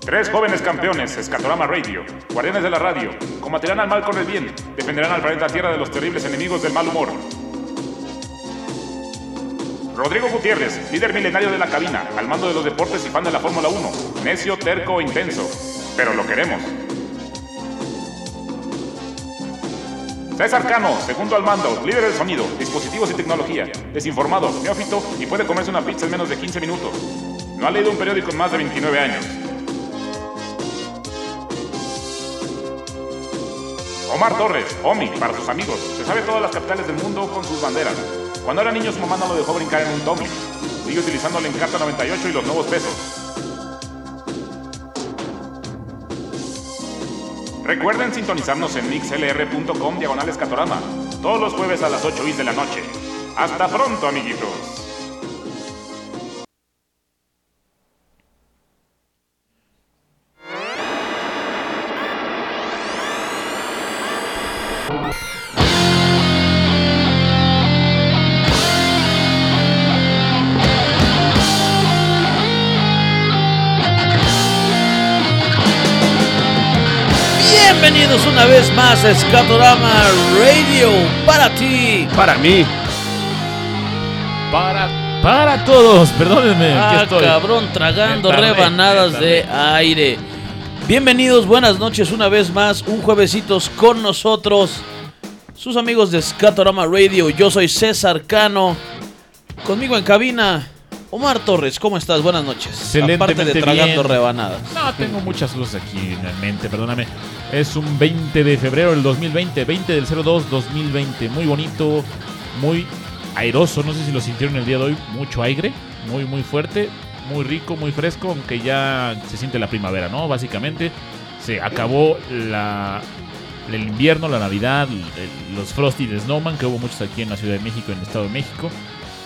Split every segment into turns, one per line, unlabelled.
Tres jóvenes campeones, Escatorama Radio, guardianes de la radio, combatirán al mal con el bien, defenderán al planeta Tierra de los terribles enemigos del mal humor. Rodrigo Gutiérrez, líder milenario de la cabina, al mando de los deportes y fan de la Fórmula 1, necio, terco e intenso, pero lo queremos. César Cano, segundo al mando, líder del sonido, dispositivos y tecnología, desinformado, neófito y puede comerse una pizza en menos de 15 minutos. No ha leído un periódico en más de 29 años. Omar Torres, Omi, para sus amigos, se sabe todas las capitales del mundo con sus banderas. Cuando era niño su mamá no lo dejó brincar en un tommy. Sigue utilizando el Encarta 98 y los nuevos pesos. Recuerden sintonizarnos en mixlr.com diagonal escatorama, todos los jueves a las 8 y de la noche. Hasta pronto, amiguitos.
Bienvenidos una vez más a Escatorama Radio para ti.
Para mí. Para, para todos, perdónenme.
Ah,
aquí estoy.
cabrón, tragando
Me tardé,
rebanadas
me
de aire. Bienvenidos, buenas noches una vez más, un juevesitos con nosotros, sus amigos de Scatorama Radio. Yo soy César Cano, conmigo en cabina, Omar Torres. ¿Cómo estás? Buenas noches. Aparte de
Excelentemente
tragando
bien.
rebanadas.
No, tengo muchas cosas aquí en mente, perdóname. Es un 20 de febrero del 2020, 20 del 02 2020. Muy bonito, muy airoso. No sé si lo sintieron el día de hoy. Mucho aire, muy, muy fuerte, muy rico, muy fresco, aunque ya se siente la primavera, ¿no? Básicamente se acabó la, el invierno, la Navidad, el- los Frosty de Snowman, que hubo muchos aquí en la Ciudad de México, en el Estado de México.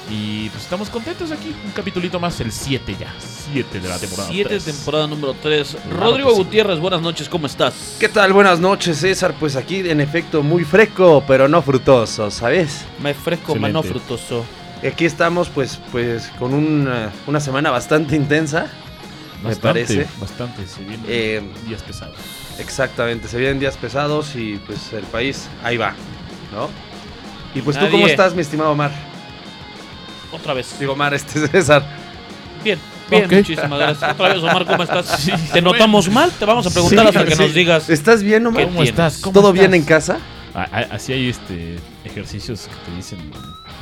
Y pues estamos contentos aquí. Un capitulito más, el 7 ya. 7 de la temporada.
Siete
tres.
temporada número 3.
Claro
Rodrigo
que sí.
Gutiérrez, buenas noches, ¿cómo estás?
¿Qué tal? Buenas noches, César. Pues aquí, en efecto, muy fresco, pero no frutoso, ¿sabes?
Me fresco,
Excelente.
mano frutoso.
Aquí estamos, pues, pues con una, una semana bastante intensa. me parece.
Bastante, se vienen
Eh,
días pesados.
Exactamente, se vienen días pesados y, pues, el país ahí va, ¿no? Y, pues, ¿tú
Nadie.
cómo estás, mi estimado Omar?
Otra vez.
Digo, Omar, este César.
Bien, bien,
Ok.
muchísimas gracias. Otra vez, Omar, ¿cómo estás? ¿Te notamos mal? Te vamos a preguntar
Sí,
hasta que
sí.
nos digas.
¿Estás bien, Omar?
¿Cómo estás?
¿Todo bien en casa?
Ah, ah, Así hay este ejercicios que te dicen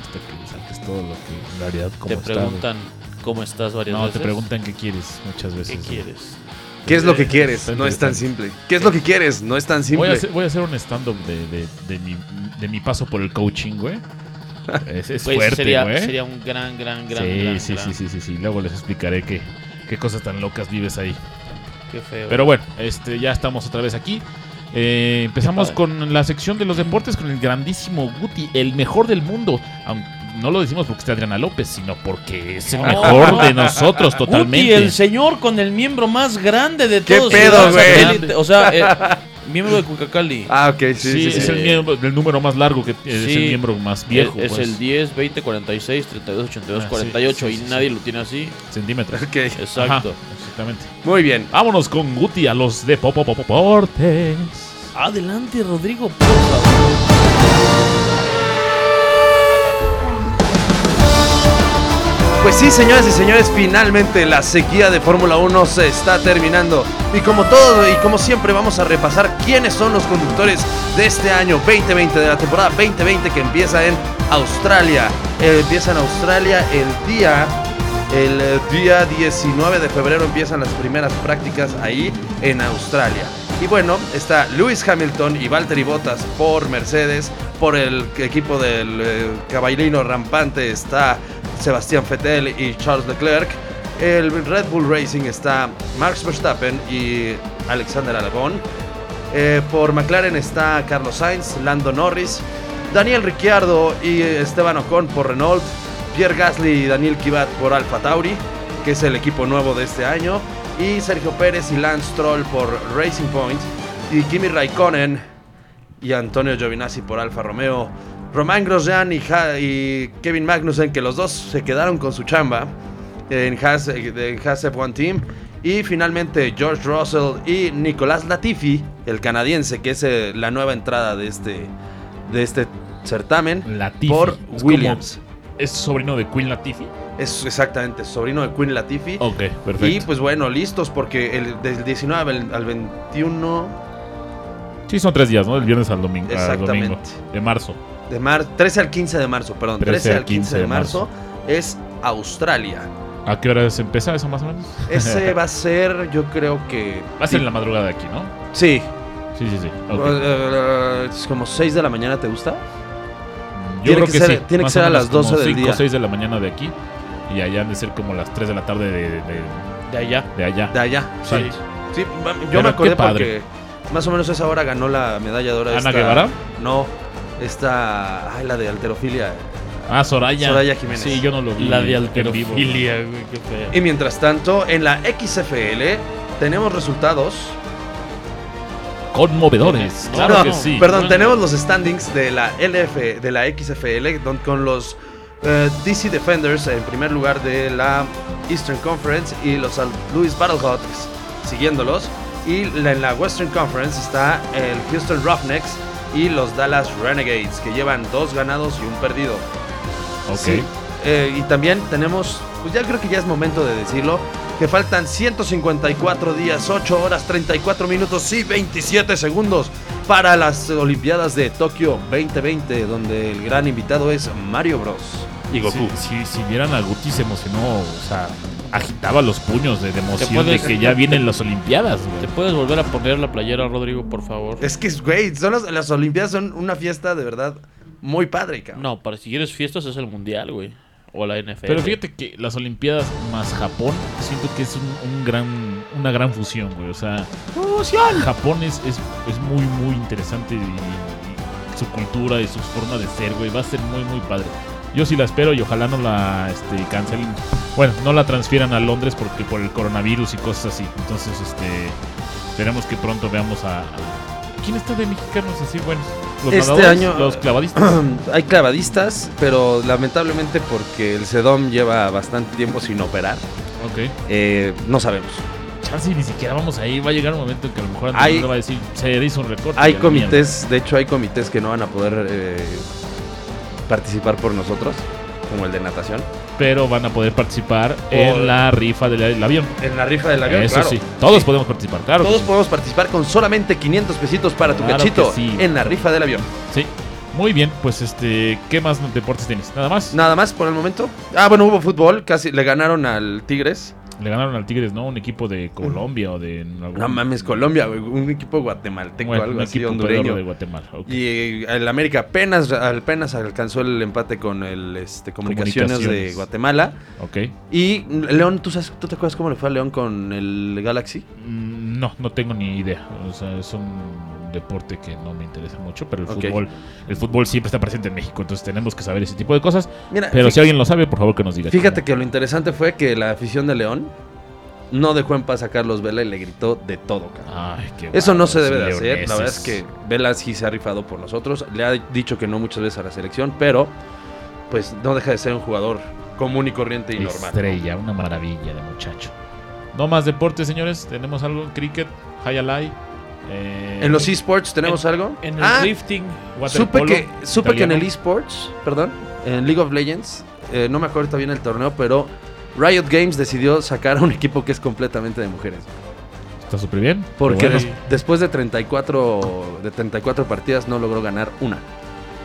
hasta que saques todo lo que en realidad
Te
como
preguntan cómo estás varias
No,
veces.
te preguntan pues, qué quieres muchas
qué
veces. ¿no?
quieres.
¿Qué es lo que
Eh,
quieres?
está
No es tan
interesante.
simple. ¿Qué es lo que quieres? No es tan
Voy a,
simple.
hacer, voy a hacer un stand-up de, de- de mi, de mi paso por el coaching, güey. Es, es
Pues,
fuerte,
sería,
güey.
sería un gran, gran, gran,
sí,
gran,
sí,
gran.
sí, sí, sí, sí. Luego les explicaré qué, qué cosas tan locas vives ahí.
Qué feo.
Pero bueno, este, ya estamos otra vez aquí. Eh, empezamos
Qué
con la sección de los deportes con el grandísimo Guti, el mejor del mundo. Aun- no lo decimos porque está Adriana López, sino porque es el
No.
mejor de nosotros
Guti,
totalmente.
el señor con el miembro más grande de
¿Qué
todos.
pedo,
los
güey?
satélites. O sea, eh, miembro de Cucacali.
Ah, ok, sí,
sí,
sí, sí.
es el,
sí.
miembro- el número más largo, que es
Sí.
el miembro más viejo.
es, es
pues,
el 10, 20, 46, 32, 82,
Ah, sí,
48
sí,
y
sí,
nadie
sí.
lo tiene así.
centímetro.
Ok,
Exacto.
Ajá, exactamente.
muy bien.
Vámonos con Guti a los de Popopoportes.
Adelante, Rodrigo, por favor.
Pues sí, señoras y señores, finalmente la sequía de Fórmula 1 se está terminando. Y como todo y como siempre vamos a repasar quiénes son los conductores de este año 2020, de la temporada 2020 que empieza en Australia. Eh, empieza en Australia el día... El eh, día 19 de febrero empiezan las primeras prácticas ahí en Australia. Y bueno, está Lewis Hamilton y Valtteri Bottas por Mercedes, por el equipo del eh, caballino rampante está Sebastián Vettel y Charles Leclerc. El Red Bull Racing está Max Verstappen y Alexander Albon. Eh, por McLaren está Carlos Sainz, Lando Norris, Daniel Ricciardo y Esteban Ocon por Renault, Pierre Gasly y Daniel Kivat por Alfa Tauri, que es el equipo nuevo de este año, y Sergio Pérez y Lance Troll por Racing Point, y Kimi Raikkonen y Antonio Giovinazzi por Alfa Romeo, Román Grosjean y, Ha- y Kevin Magnussen, que los dos se quedaron con su chamba en Haas, en Haas F1 Team, Y finalmente George Russell y Nicolás Latifi, el canadiense, que es eh, la nueva entrada de este, de este certamen,
Latifi.
por
Es como-
Williams.
¿Es sobrino de Queen Latifi?
Es exactamente sobrino de Queen Latifi.
Ok,
Y
perfecto.
pues bueno, listos porque el, del 19 al- al 21
sí, son tres días, ¿no? Del viernes al domingo. al
Exactamente.
domingo de marzo.
de marzo, 13 al 15 de marzo, perdón, 13, al 15, de marzo,
marzo.
es Australia.
¿A qué hora se empieza eso más o menos?
Ese va a ser, yo creo que...
Va a ser en la madrugada aquí, ¿no?
Sí,
Sí, sí, sí. Ok.
eh, es como 6 de la mañana, ¿te gusta?
Yo
tiene
creo
que
que,
ser-
sí.
tiene que
Más
ser
o
a
menos
las 12
como
del
cinco
día.
o 6 de la mañana de aquí. Y allá han de ser como las 3 de la tarde de, de-
De allá.
de allá.
De allá.
Sí.
Sí, ma- yo
Pero
me acordé
qué padre.
porque más o menos a esa hora ganó la medalla de oro.
¿Ana
esta-
Guevara?
No, esta... Ay, la de alterofilia.
Ah, Soraya.
Soraya Jiménez.
Sí, yo no lo vi.
La de
en vivo.
alterofilia, güey, qué feo.
Y mientras tanto, en la XFL tenemos resultados.
Conmovedores.
No,
Claro
No,
que sí.
Perdón,
Bueno.
tenemos los standings de la LF, de la XFL, don- con los eh, DC Defenders en primer lugar de la Eastern Conference y los Al- Louis Battlehawks siguiéndolos. Y la- en la Western Conference está el Houston Roughnecks y los Dallas Renegades, que llevan dos ganados y un perdido.
Ok.
Sí. Eh, y también tenemos, pues ya creo que ya es momento de decirlo, que faltan 154 días, 8 horas, 34 minutos y 27 segundos para las Olimpiadas de Tokio 2020, donde el gran invitado es Mario Bros. Y Goku.
Si, si, si vieran a Guti se emocionó, o sea, agitaba los puños de, de emoción de
puedes-
que ya vienen las Olimpiadas, güey.
¿Te puedes volver a poner la playera, Rodrigo, por favor?
Es que, güey, son las, las Olimpiadas son una fiesta de verdad muy padre, cabrón.
No, para si quieres fiestas es el mundial, güey. O la NFL.
Pero fíjate que las Olimpiadas más Japón, siento que es un, un gran, una gran fusión, güey. O sea, Japón es, es, es muy, muy interesante y, y su cultura y su forma de ser, güey. Va a ser muy, muy padre. Yo sí la espero y ojalá no la este, cancelen. Bueno, no la transfieran a Londres porque por el coronavirus y cosas así. Entonces, este, esperemos que pronto veamos a... a- ¿Quién está de mexicanos así? Bueno, los
Este
nadadores,
año- ah,
los clavadistas.
Hay clavadistas, pero lamentablemente porque el Sedom lleva bastante tiempo sin operar,
ok.
eh, no sabemos.
Chance y ni siquiera vamos ahí. Va a llegar un momento en que a lo mejor
Hay-
Andrés va a decir, se hizo un recorte.
Hay
y a la
comités, de hecho hay comités que no van a poder eh, participar por nosotros, como el de natación.
mierda. Pero van a poder participar
Por-
en la rifa del, del avión.
En la rifa del
Eso sí, todos podemos participar, claro. que
Todos
sí.
podemos participar con solamente 500 pesitos para tu
Claro
cachito
que sí.
en la rifa del avión.
Sí. Muy bien, pues este, ¿qué más deportes tienes? Nada más.
Nada más por el momento. Ah, bueno, hubo fútbol, casi le ganaron al Tigres.
Le ganaron al Tigres, ¿no? Un equipo de Colombia o de algún-
No mames, Colombia, güey, un equipo guatemalteco,
Bueno,
algo
un
así,
equipo
hondureño.
pedorro de Guatemala. ok.
Y eh, el América apenas, apenas alcanzó el empate con el este, comunicaciones de
Comunicaciones.
Guatemala.
Ok.
Y León, ¿tú, sabes, ¿tú te acuerdas cómo le fue a León con el Galaxy?
Mm, No, no tengo ni idea. O sea, es un deporte que no me interesa mucho, pero el
Ok.
fútbol, el fútbol siempre está presente en México, entonces tenemos que saber ese tipo de cosas.
Mira,
Pero
fí-
si alguien lo sabe, por favor que nos diga.
fíjate que lo interesante fue que la afición de León no dejó en paz a Carlos Vela y le gritó de todo, cabrón.
Ay, qué
Eso no
bárbaro,
se debe de
Ah, sí,
hacer. La verdad es
leoneses.
que Vela sí se ha rifado por nosotros. Le ha dicho que no muchas veces a la selección, pero pues no deja de ser un jugador común y corriente y normal. ¿no?
Estrella, una maravilla de muchacho. No más deportes, señores. Tenemos algo: cricket, high alay. eh,
En los esports tenemos
en-
algo.
En el
Ah,
lifting.
Supe
waterpolo
que, supe que en
italiano.
el esports, perdón, en League of Legends, eh, no me acuerdo ahorita bien el torneo, pero Riot Games decidió sacar a un equipo que es completamente de mujeres.
Está súper bien.
Porque
Pero
des- después de 34, de 34 partidas no logró ganar una.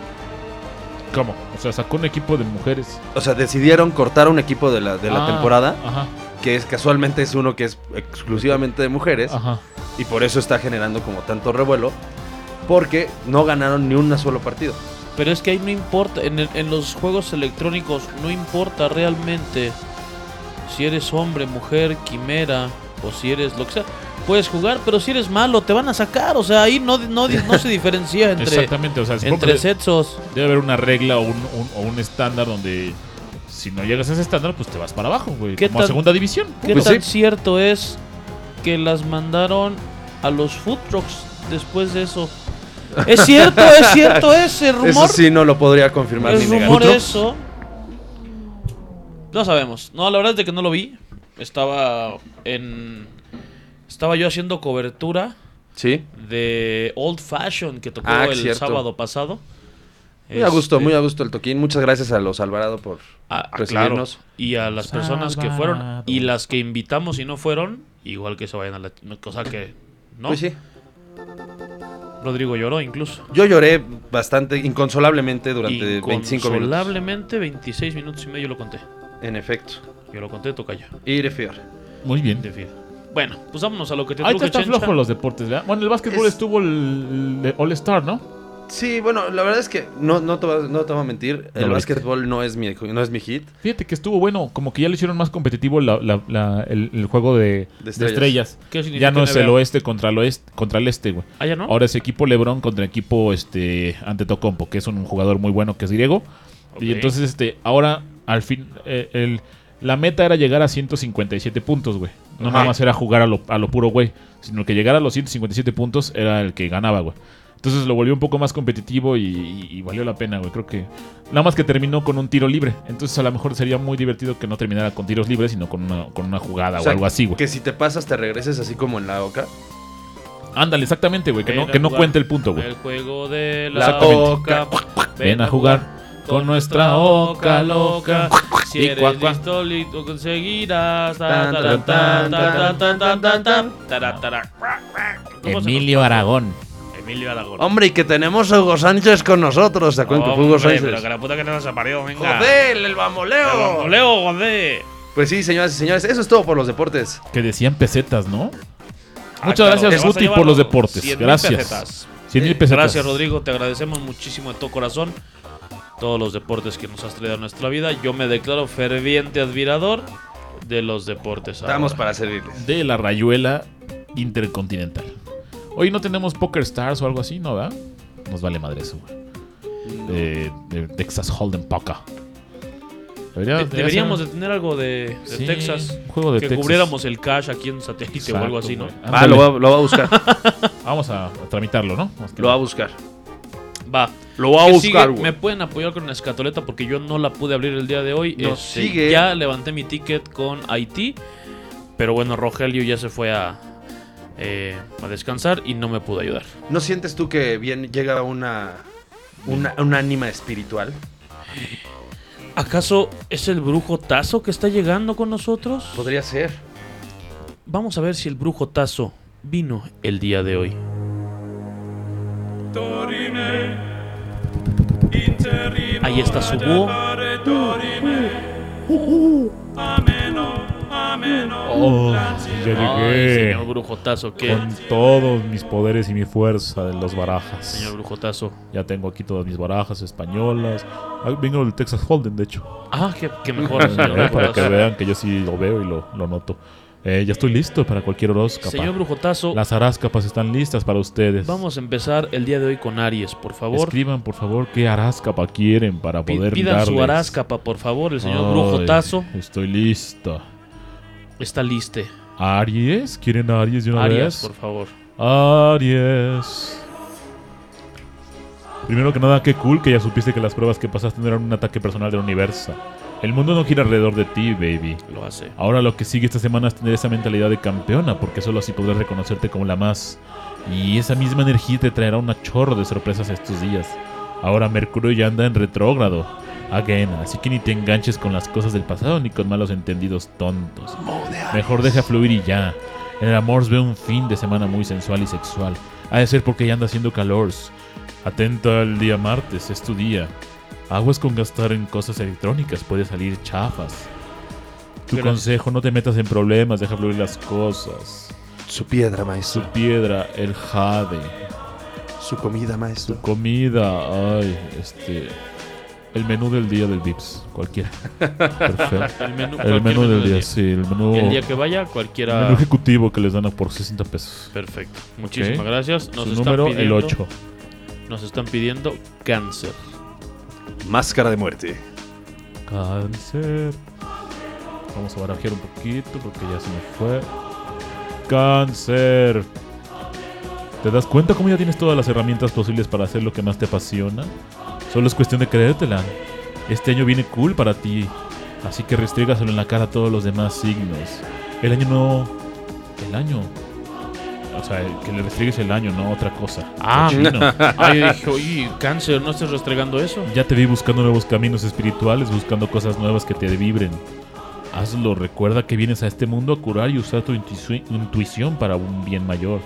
bueno, ¿Cómo? O sea, sacó un equipo de mujeres.
O sea, decidieron cortar un equipo de la, de la
Ah,
temporada,
Ajá,
que es casualmente es uno que es exclusivamente de mujeres,
ajá.
y por eso está generando como tanto revuelo, porque no ganaron ni un solo partido.
Pero es que ahí no importa. En, el- en los juegos electrónicos no importa realmente si eres hombre, mujer, quimera o si eres lo que sea. Puedes jugar, pero si eres malo te van a sacar. O sea, ahí no, no, no se diferencia entre,
Exactamente. O sea, supongo
entre
que
sexos.
debe haber una regla o un, un- o un estándar donde si no llegas a ese estándar, pues te vas para abajo, güey.
¿Qué
Como a
tan-
segunda división.
¿Qué
Pues
tan
sí.
cierto es que las mandaron a los food trucks después de eso? ¿Es cierto? ¿Es cierto ese rumor?
Eso sí no lo podría confirmar
¿Es
ni negar.
rumor eso? No sabemos. No, la verdad es de que no lo vi. estaba en. Estaba yo haciendo cobertura
Sí.
de Old Fashion que tocó
Ah,
el
cierto.
sábado pasado.
Muy a gusto,
Este,
muy a gusto el toquín. Muchas gracias a los Alvarado por
Ah, ah, claro.
recibirnos.
Y a las personas que fueron y las que invitamos y no fueron, igual que se vayan a la. Cosa que. ¿No?
Pues sí.
Rodrigo lloró incluso.
Yo lloré bastante inconsolablemente durante 25 minutos.
Inconsolablemente, 26 minutos y medio lo conté.
En efecto.
Yo lo conté, toca yo.
Iré fior.
Muy bien.
De fiel. Bueno, pues vámonos a lo que te
Ahorita
truje,
están
Chencha.
flojos los deportes, ¿verdad? Bueno, el básquetbol
Es-
estuvo el, el All-Star, ¿no?
Sí, bueno, la verdad es que no, no, te, va- no te voy a mentir. El
No,
básquetbol no es, mi, no es mi hit.
Fíjate que estuvo bueno, como que ya le hicieron más competitivo la- la- la- el, el juego de, de
De
estrellas.
estrellas.
¿Qué significa
Ya no es
NBA?
el oeste contra el oeste, contra el este, güey.
Ah, ya no.
Ahora es equipo LeBron contra equipo este Antetokounmpo, que es un jugador muy bueno que es griego. Y
Ok.
entonces este ahora al fin eh, el- la meta era llegar a 157 puntos, güey. No
Ajá.
nada más era jugar a lo, a lo puro, güey, sino que llegar a los 157 puntos era el que ganaba, güey. Entonces lo volvió un poco más competitivo y, y- y valió la pena, güey. Creo que nada más que terminó con un tiro libre. Entonces a lo mejor sería muy divertido que no terminara con tiros libres, sino con una, con una jugada
O
o,
sea,
Ah, algo así, güey.
Que si te pasas te regreses así como en la oca.
Ándale, exactamente, güey. Que no,
Ven a
que no
jugar.
cuente el punto, güey.
El juego de la
Exactamente.
oca.
Ven a jugar con nuestra oca loca.
Si
Y
eres
cuac, cuac.
listo, li- lo conseguirás. Ta,
Tan,
ta, ta,
tan,
ta, ta, ta,
tan,
ta, ta, ta. Tara, tara, cuac, cuac. ¿Cómo se
Aragón.
nos- Emilio Aragón.
Hombre, y que tenemos a Hugo Sánchez con nosotros. ¿Te acuerdas que fue Hugo
Hombre,
Sánchez?
pero que la puta que no nos apareó, venga.
¡Joder, el bamboleo!
Leo, joder.
Pues sí, señoras y señores, eso es todo por los deportes.
Que decían pesetas, ¿no?
Ah, claro,
Muchas
te
gracias,
vas a
Guti,
llevar
por los
los
deportes.
100,000
gracias.
pesetas. Eh,
100 mil pesetas.
Gracias, Rodrigo. Te agradecemos muchísimo de todo corazón todos los deportes que nos has traído a nuestra vida. Yo me declaro ferviente admirador de los deportes.
Estamos
ahora.
para servirles.
De la rayuela intercontinental. Hoy no tenemos Poker Stars o algo así, ¿no? ¿verdad? Nos vale madre eso, güey. De, de Texas Hold'em Poker. Debería-
De-
debería
deberíamos
ser-
de tener algo de, de
Sí,
Texas.
un juego de
que
Texas.
cubriéramos el cash aquí en satélite o algo
Exacto,
así, ¿no?
güey.
Ah, lo
Ándale.
va, lo va a buscar.
Vamos a, a tramitarlo, ¿no? Más que
lo va a
nada.
buscar.
Va.
Lo va a
¿Qué
buscar,
sigue?
güey.
Me pueden apoyar con la escatoleta porque yo no la pude abrir el día de hoy.
Nos
Este,
sigue.
Ya levanté mi ticket con Haití. Pero bueno, Rogelio ya se fue a, eh, a descansar y no me pudo ayudar.
¿No sientes tú que bien llega una, una, una ánima espiritual?
¿Acaso es el brujo Tazo que está llegando con nosotros?
Pues,
Podría ser.
Vamos a ver si el brujo Tazo vino el día de hoy. Ahí está su búho.
Oh, ya
Ay,
llegué.
señor brujotazo, ¿qué?
Con todos mis poderes y mi fuerza de los barajas.
Señor brujotazo.
Ya tengo aquí todas mis barajas españolas. Ah, Vengo del Texas Hold'em, de hecho.
Ah, qué, qué mejor, señor
Eh, para que
brujotazo.
vean que yo sí lo veo y lo, lo noto. Eh, ya estoy listo para cualquier horóscapa.
Señor brujotazo,
Las aráscapas están listas para ustedes.
vamos a empezar el día de hoy con Aries, por favor.
Escriban, por favor, qué aráscapa quieren para
Pi-
poder
Pidan su
darles.
aráscapa, por favor. El señor
Ay,
brujotazo
Estoy listo.
está listo.
¿Aries? ¿Quieren Aries de una
Aries,
vez?
por favor.
Aries. Primero que nada, qué cool que ya supiste que las pruebas que pasaste no eran un ataque personal del universo. El mundo no gira alrededor de ti, baby.
Lo hace.
Ahora lo que sigue esta semana es tener esa mentalidad de campeona, porque solo así podrás reconocerte como la más. Y esa misma energía te traerá una chorro de sorpresas estos días. Ahora Mercurio ya anda en retrógrado. Again, así que ni te enganches con las cosas del pasado ni con malos entendidos tontos. Mejor deja fluir y ya. En el amor ve un fin de semana muy sensual y sexual. Ha de ser porque ya anda haciendo calors. Atenta al día martes, es tu día. Aguas con gastar en cosas electrónicas, puede salir chafas. Tu
Pero-
consejo, no te metas en problemas, deja fluir las cosas.
Su piedra,
Su
maestro.
piedra, el jade,
Su comida, maestro.
tu comida, ay, este. El menú del día del Vips, cualquiera. Perfecto.
El menú,
El
cualquier
menú del día, sí, el menú.
El día que vaya,
el
cualquiera.
menú ejecutivo que les dan a por 60 pesos.
Perfecto. Muchísimas gracias. Nos
Su
están
número,
pidiendo,
el 8.
Nos están pidiendo cáncer.
Máscara de muerte.
Cáncer. Vamos a barajear un poquito porque ya se me fue. Cáncer. ¿Te das cuenta cómo ya tienes todas las herramientas posibles para hacer lo que más te apasiona? Solo es cuestión de creértela. Este año viene cool para ti. Así que restrígaselo en la cara a todos los demás signos. El año no. El año. O sea, que le restrigues el año, no otra cosa.
Ah,
Cochino.
Ay, yo dije, oye, cáncer, ¿no estás restregando eso?
Ya te vi buscando nuevos caminos espirituales, buscando cosas nuevas que te vibren. Hazlo, recuerda que vienes a este mundo a curar y usar tu intuici- intuición para un bien mayor.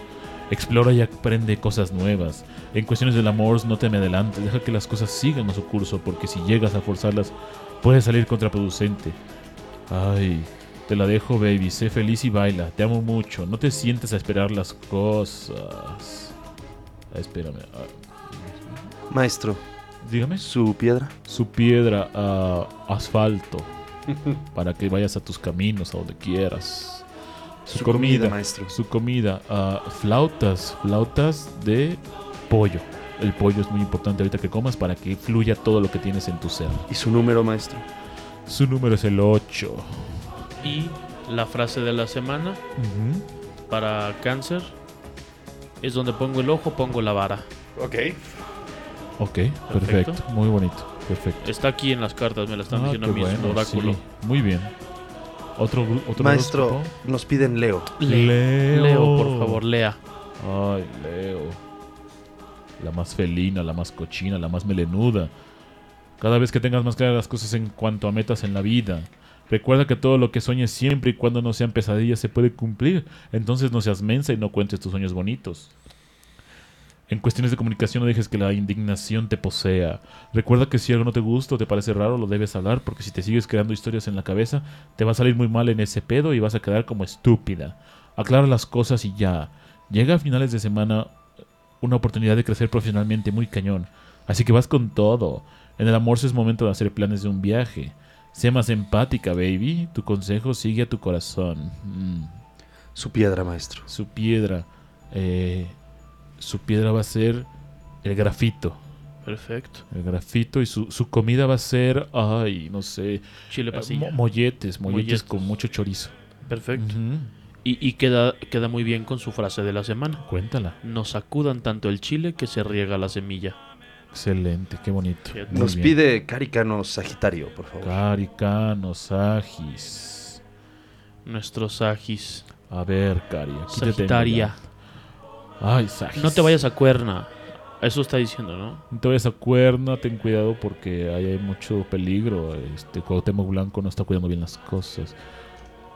Explora y aprende cosas nuevas. En cuestiones del amor, no te me adelantes, deja que las cosas sigan a su curso, porque si llegas a forzarlas, puede salir contraproducente. Ay, te la dejo, baby, sé feliz y baila, te amo mucho, no te sientes a esperar las cosas. Ah, Espérame, ah,
Maestro,
dígame
su piedra.
su piedra a asfalto para que vayas a tus caminos, a donde quieras. Su,
Su comida,
comida,
maestro.
su comida a flautas, flautas de pollo. El pollo es muy importante ahorita que comas para que fluya todo lo que tienes en tu ser.
Y su número, maestro.
Su número es el 8.
Y la frase de la semana para cáncer es donde pongo el ojo, pongo la vara.
Ok.
Ok, perfecto.
Perfecto.
Muy bonito. Perfecto.
Está aquí en las cartas, me la están
Ah,
diciendo a
qué
mí, es un
bueno, sí.
oráculo.
Muy bien. Otro, gru- otro
Maestro,
horóscopo?
nos piden Leo.
Lea,
Leo.
Leo, por favor, lea.
Ay, Leo. La más felina, la más cochina, la más melenuda. Cada vez que tengas más claras las cosas en cuanto a metas en la vida. Recuerda que todo lo que sueñes siempre y cuando no sean pesadillas se puede cumplir. Entonces no seas mensa y no cuentes tus sueños bonitos. En cuestiones de comunicación no dejes que la indignación te posea. Recuerda que si algo no te gusta o te parece raro, lo debes hablar porque si te sigues creando historias en la cabeza, te va a salir muy mal en ese pedo y vas a quedar como estúpida. Aclara las cosas y ya. Llega a finales de semana una oportunidad de crecer profesionalmente muy cañón. Así que vas con todo. En el amor sí es momento de hacer planes de un viaje. Sé más empática, baby. Tu consejo sigue a tu corazón. Mm
Su piedra, maestro.
su piedra. eh, su piedra va a ser el grafito.
Perfecto.
El grafito y su, su comida va a ser, ay, no sé,
Chile
eh,
pasilla.
mo- molletes, molletes,
Molletes.
con mucho chorizo.
Perfecto.
Ujú.
Y, y queda, queda muy bien con su frase de la semana.
Cuéntala.
No sacudan tanto el chile que se riega la semilla.
Excelente, qué bonito.
Fíjate.
Muy
nos
bien.
pide Caricano Sagitario, por favor.
Caricano, Sagis.
Nuestro Sagis.
A ver, Cari. aquí te tengo
Sagitaria.
ya. Ay, Sagis.
No te vayas a cuerna. Eso está diciendo, ¿no?
No te vayas a cuerna, ten cuidado porque ahí hay mucho peligro. Este Cuauhtémoc Blanco no está cuidando bien las cosas.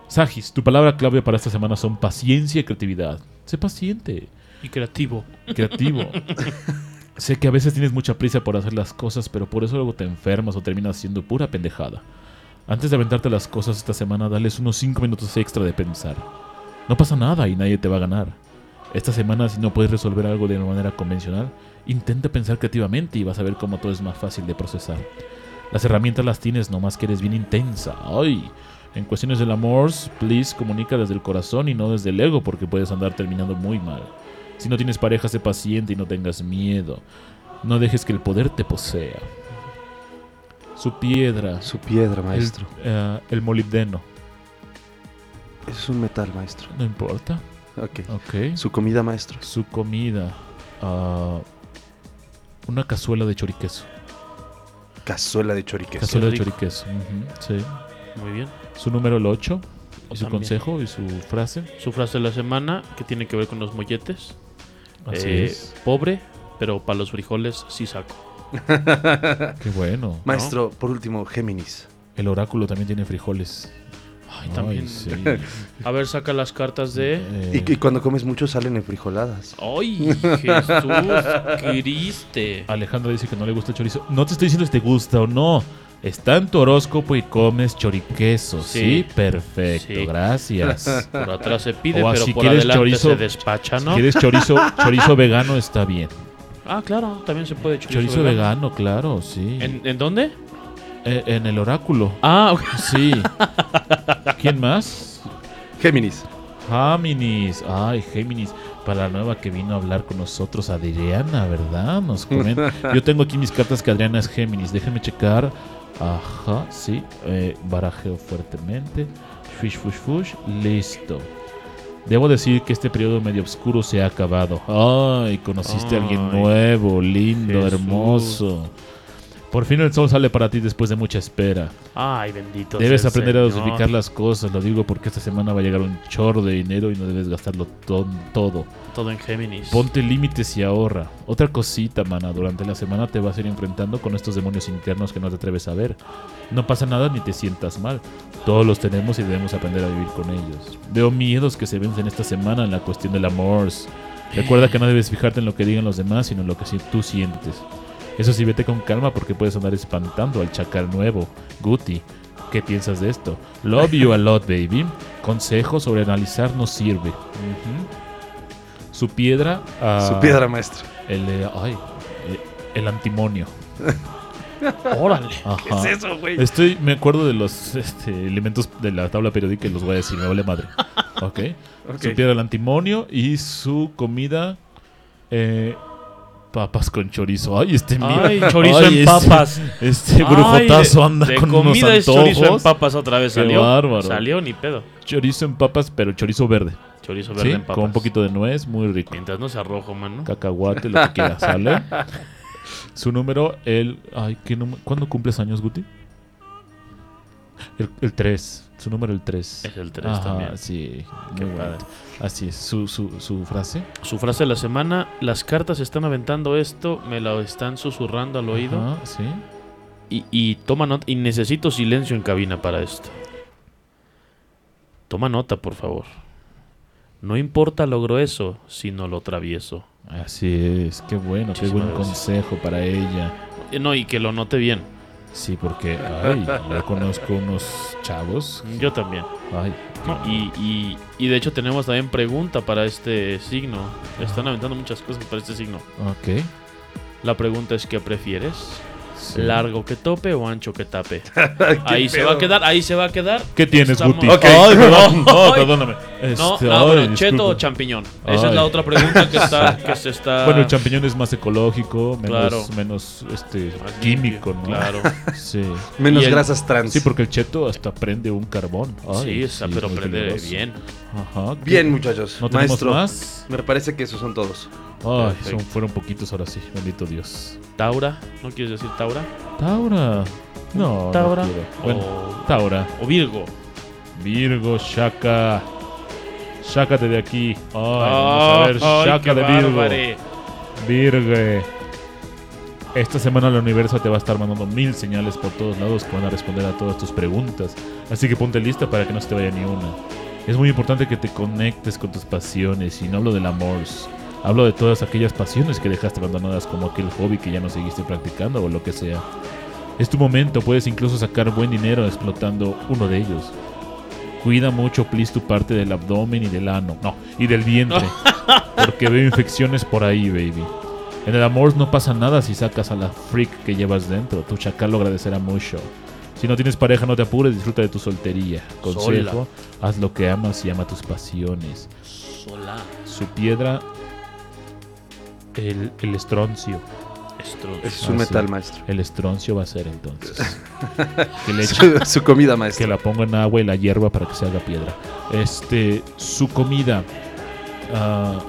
Sagis, tu palabra clave para esta semana son paciencia y creatividad. Sé paciente,
Y creativo.
creativo. sé que a veces tienes mucha prisa por hacer las cosas, pero por eso luego te enfermas o terminas siendo pura pendejada. Antes de aventarte las cosas esta semana, dales unos 5 minutos extra de pensar. No pasa nada y nadie te va a ganar. Esta semana, si no puedes resolver algo de una manera convencional, intenta pensar creativamente y vas a ver cómo todo es más fácil de procesar. Las herramientas las tienes, nomás que eres bien intensa. ¡Ay! En cuestiones del amor, please comunica desde el corazón y no desde el ego, porque puedes andar terminando muy mal. Si no tienes pareja, sé paciente y no tengas miedo. No dejes que el poder te posea. Su piedra,
Su piedra,
el,
maestro.
eh, el molibdeno.
Es un metal, maestro.
No importa.
Ok.
Ok. Su,
Su comida, maestro.
comida. ah, una cazuela de choriqueso.
Cazuela de choriques.
Cazuela de
rico.
choriqueso. ujú, sí.
Muy bien.
Su número el 8. Y su
También.
consejo y su frase.
Su frase de la semana, que tiene que ver con los molletes.
Así
Eh,
es.
Pobre, pero para los frijoles sí saco.
Qué bueno.
Maestro, por último, Géminis.
El oráculo también tiene frijoles.
Ay, también.
sí.
A ver, saca las cartas de.
Eh,
Y, y cuando comes mucho salen en frijoladas.
¡Ay, Jesús Criste!
Alejandra dice que no le gusta el chorizo. No te estoy diciendo si te gusta o no. Está en tu horóscopo y comes choriqueso. Sí,
Sí.
perfecto.
Sí.
Gracias.
Por atrás se pide,
O a
pero
si
por
quieres
adelante
chorizo-
se despacha, ¿no?
Si quieres chorizo, chorizo vegano está bien.
Ah, claro, también se puede chorizo,
Chorizo
vegano.
vegano, claro, sí. En,
¿En, en dónde?
en el oráculo.
Ah, ok.
Sí. ¿Quién más?
Géminis.
Géminis. Ay, Géminis. Para la nueva que vino a hablar con nosotros, Adriana, ¿verdad? Nos comenta. Yo tengo aquí mis cartas que Adriana es Géminis. Déjenme checar. Ajá, sí. Eh, barajeo fuertemente. Fish, fush, fush. Listo. Debo decir que este periodo medio oscuro se ha acabado. Ay, conociste a alguien
Ay,
nuevo, lindo,
Jesús.
hermoso. Por fin el sol sale para ti después de mucha espera.
Ay, bendito.
Debes
sea el
aprender a
Señor.
dosificar las cosas, lo digo porque esta semana va a llegar un chorro de dinero y no debes gastarlo to- todo.
Todo en Géminis.
Ponte límites y ahorra. Otra cosita, mana, durante la semana te vas a ir enfrentando con estos demonios internos que no te atreves a ver. No pasa nada ni te sientas mal. Todos los tenemos y debemos aprender a vivir con ellos. Veo miedos que se vencen esta semana en la cuestión del amor. Recuerda que no debes fijarte en lo que digan los demás, sino en lo que si- tú sientes. Eso sí, vete con calma porque puedes andar espantando al chacal nuevo, Guti. ¿Qué piensas de esto? Love you a lot, baby. Consejo sobre analizar no sirve. Ujú. Su piedra. ah,
Su piedra maestra.
El, eh, ay, eh, el antimonio.
Órale.
Ajá.
¿Qué es eso, güey?
Estoy, me acuerdo de los este, elementos de la tabla periódica y los voy a decir, me vale madre. Ok.
Ok.
Su piedra el antimonio y su comida. eh, papas con chorizo. Ay, este mira.
Ay, chorizo en papas.
Este
Ay,
brujotazo anda
de
con unos
comida es chorizo en
antojos.
papas otra vez
Qué
salió.
bárbaro.
Salió ni pedo.
Chorizo en papas, pero chorizo verde.
Chorizo verde
¿Sí?
en papas.
Con un poquito de nuez, muy rico.
Mientras no se arrojo, mano.
Cacahuate, lo que quiera, sale. Su número, el. Ay, ¿qué número? ¿Cuándo cumples años, Guti? El, 3. Su número, el 3.
Es el tres también.
Sí,
Qué
muy
padre.
bonito. Así es. Su, su, su frase.
Su frase de la semana, las cartas están aventando esto, me lo están susurrando al oído.
Ajá, sí.
Y, y toma nota. Y necesito silencio en cabina para esto. Toma nota, por favor. No importa lo grueso, sino lo travieso.
Así es. Qué bueno, qué
Muchísimas
buen
gracias.
consejo para ella.
Eh, No, y que lo note bien.
Sí, porque. Ay, yo conozco unos chavos.
Yo también.
Ay,
No, y, y- y de hecho tenemos también pregunta para este signo. Están aventando muchas cosas para este signo.
ok.
La pregunta es, ¿qué prefieres?
Sí.
¿Largo que tope o ancho que tape? ahí se va a
pedo?
quedar, ahí se va a quedar.
¿Qué tienes,
Estamos-
Guti?
Ok.
Ay, perdón. No, perdóname.
No,
Este,
no,
ay,
pero cheto o
disculpa.
champiñón. Esa es la
Ay.
otra pregunta que, está, que se está...
Bueno, el champiñón es más ecológico, menos,
Claro.
menos este,
Más
químico,
limpio,
¿no?
Claro.
Sí.
Menos
Y el-
grasas trans.
Sí, porque el cheto hasta prende un carbón. Ay,
sí, está,
es
pero
muy
prende
peligroso.
bien.
Ajá. ¿qué-
Bien, muchachos.
¿No tenemos
Maestro.
más?
Me parece que esos son todos.
Ay,
Perfecto.
son, fueron poquitos ahora sí, bendito Dios.
Taura, ¿no quieres decir Taura?
Taura. Oh, No,
Taura.
no quiero. bueno,
o,
Taura.
o Virgo.
Virgo, Shaka. Sácate de aquí. Ay,
Ah,
vamos a ver,
ay,
Shaka
qué
de Virgo.
bárbare.
Virgo. Esta semana el universo te va a estar mandando mil señales por todos lados que van a responder a todas tus preguntas. Así que ponte lista para que no se te vaya ni una. Es muy importante que te conectes con tus pasiones y no hablo del amor. Hablo de todas aquellas pasiones que dejaste abandonadas como aquel hobby que ya no seguiste practicando o lo que sea. Es tu momento, puedes incluso sacar buen dinero explotando uno de ellos. Cuida mucho, please, tu parte del abdomen y del ano. No, y del vientre. porque veo infecciones por ahí, baby. En el amor no pasa nada si sacas a la freak que llevas dentro. Tu chacal lo agradecerá mucho. Si no tienes pareja, no te apures, disfruta de tu soltería. Consejo, haz lo que amas y ama tus pasiones.
Sola.
Su piedra, el, el estroncio.
Estro-
Ese es un
Ah,
metal
sí.
maestro.
El estroncio va a ser entonces. que le eche-
Su, su comida
que
maestra.
la ponga en agua y la hierba para que se haga piedra. Este, su comida. ah,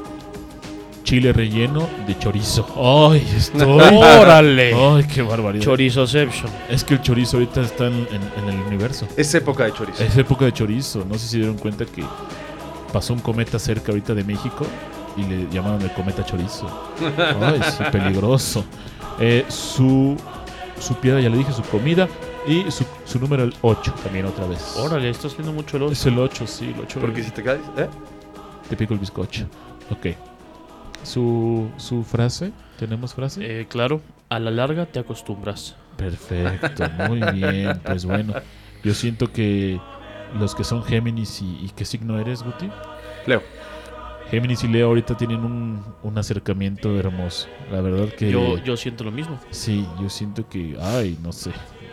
chile relleno de chorizo. ¡Ay, estoy!
¡Órale!
¡Ay, qué barbaridad!
Chorizoception.
es que el chorizo ahorita está en, en- en el universo.
Es época de chorizo.
Es época de chorizo. No sé si dieron cuenta que pasó un cometa cerca ahorita de México y le llamaron el cometa chorizo. Ay, sí, peligroso. Eh, su, su piedra, ya le dije, su comida y su, su número el 8 también otra vez.
Órale, estás viendo mucho el
Es el 8, sí, el 8.
Porque si te caes, ¿eh?
te pico el bizcocho. Ok. Su, su frase, ¿tenemos frase?
Eh, claro, a la larga te acostumbras.
Perfecto, muy bien. Pues bueno, yo siento que los que son Géminis y, y qué signo eres, Guti.
Leo.
Géminis y Leo ahorita tienen un, un acercamiento hermoso. La verdad que...
Yo, yo siento lo mismo.
Sí, yo siento que... Ay, no sé.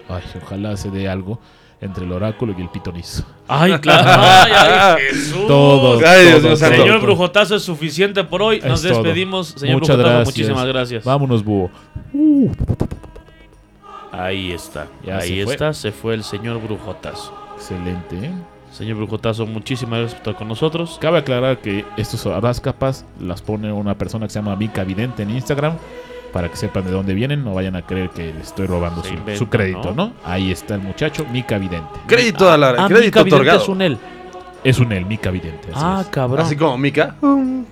Ay, ojalá se dé algo entre el oráculo y el pitonizo.
Ay, claro. Ay, ay, Jesús.
Todo.
Ay, Dios
todo,
mío santo.
todo,
Señor
todo.
Brujotazo es suficiente por hoy. Nos
Es todo.
despedimos. Señor
Muchas
Brujotazo,
gracias.
muchísimas gracias.
Vámonos, búho. Uh,
Ahí está.
Ya
ahí
se fue.
está. Se fue el señor Brujotazo.
Excelente, ¿eh?
Señor Brujotazo, muchísimas gracias por estar con nosotros.
Cabe aclarar que estos capas las pone una persona que se llama Mica Vidente en Instagram. para que sepan de dónde vienen, no vayan a creer que le estoy robando
Se
su,
inventa,
su crédito,
¿no?
¿no? Ahí está el muchacho, Mica Vidente.
Crédito, a la,
Ah,
crédito
Mica Vidente
otorgado.
es un él.
Es un el Mica Vidente. así
Ah,
es.
cabrón.
Así como Mika.
Uh.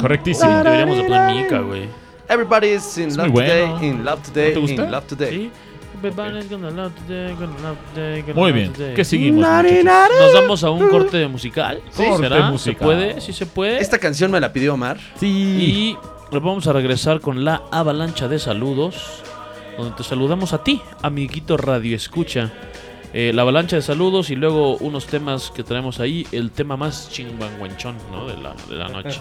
Correctísimo.
Sí, deberíamos de poner Mika, güey.
Everybody's in
Es
love
muy bueno.
today, in love today,
te gusta?
in love today.
Sí. Everybody's gonna love today, gonna love today, gonna
Muy
love
bien.
today.
¿Qué seguimos? muchachos?
Nos vamos a un corte de musical.
Sí.
¿Será?
Corte
¿Se
musical.
puede? Sí se puede.
Esta canción me la pidió Omar.
Sí.
Y vamos a regresar con la avalancha de saludos, donde te saludamos a ti, amiguito Radio Escucha. Eh, la avalancha de saludos y luego unos temas que tenemos ahí, el tema más chinguanguenchón ¿no? de, la, de la noche.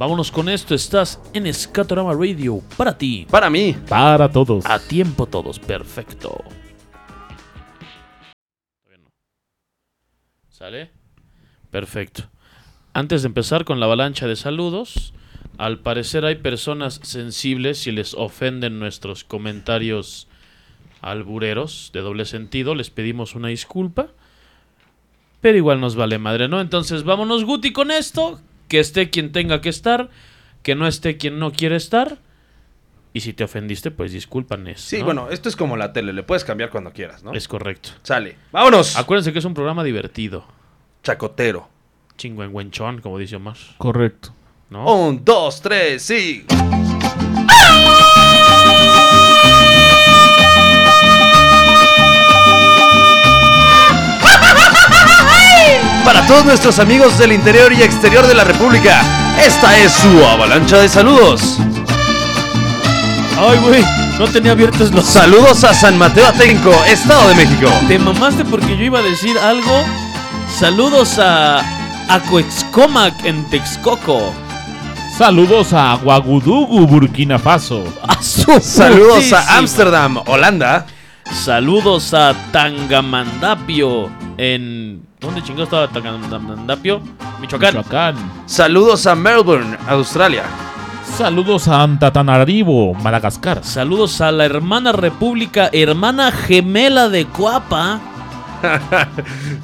Vámonos con esto, estás en Escatorama Radio para ti.
Para mí.
Para todos.
A tiempo todos, perfecto. ¿Sale? Perfecto. Antes de empezar con la avalancha de saludos, al parecer hay personas sensibles si les ofenden nuestros comentarios albureros de doble sentido, les pedimos una disculpa. Pero igual nos vale madre, ¿no? Entonces vámonos Guti con esto, que esté quien tenga que estar, que no esté quien no quiere estar. Y si te ofendiste, pues discúlpanos.
Sí,
¿no?
bueno, esto es como la tele, le puedes cambiar cuando quieras, ¿no?
Es correcto.
Sale. Vámonos.
Acuérdense que es un programa divertido.
Chacotero.
Chingüengüenchón, como dice Omar.
Correcto.
¿No?
Un, dos, tres, sí. Para todos nuestros amigos del interior y exterior de la República, esta es su avalancha de saludos.
Ay, güey, no tenía abiertos los saludos.
Saludos a San Mateo Atenco, Estado de México.
Te mamaste porque yo iba a decir algo. Saludos a Acoexcomac en Texcoco.
Saludos a Guagudugu, Burkina Faso.
A su
Saludos
putísima.
a Ámsterdam, Holanda.
Saludos a Tangamandapio en ¿Dónde chingado estaba Tangamandapio? Michoacán.
Michoacán.
Saludos a Melbourne, Australia.
Saludos a Antatanarivo, Madagascar.
Saludos a la hermana república, hermana gemela de Coapa.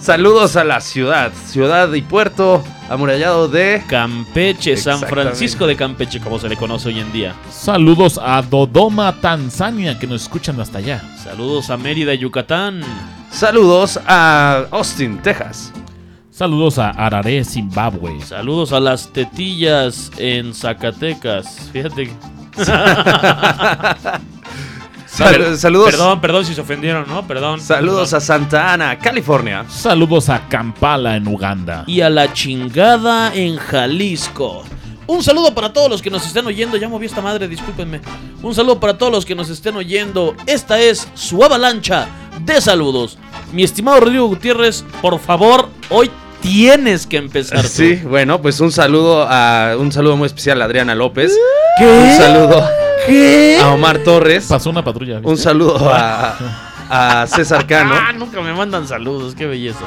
Saludos a la ciudad, ciudad y puerto amurallado de
Campeche, San
Exactamente.
Francisco de Campeche, como se le conoce hoy en día.
Saludos a Dodoma, Tanzania, que nos escuchan hasta allá.
Saludos a Mérida, Yucatán.
Saludos a Austin, Texas.
Saludos a Araré, Zimbabue.
Saludos a las tetillas en Zacatecas. Fíjate. que-
Sal-
Vale,
saludos,
Perdón, perdón si se ofendieron, ¿no? Perdón.
saludos
perdón.
a Santa Ana, California.
Saludos a Kampala, en Uganda.
Y a la chingada en Jalisco. Un saludo para todos los que nos estén oyendo. Ya moví esta madre, discúlpenme. Un saludo para todos los que nos estén oyendo. Esta es su avalancha de saludos. Mi estimado Rodrigo Gutiérrez, por favor, hoy tienes que empezar. tú.
Sí, bueno, pues un saludo a un saludo muy especial a Adriana López.
¿Qué?
Un saludo
¿Qué?
a Omar Torres.
Ah, Pasó una patrulla. ¿viste?
Un saludo a, a César Cano.
Ah, nunca me mandan saludos, qué belleza.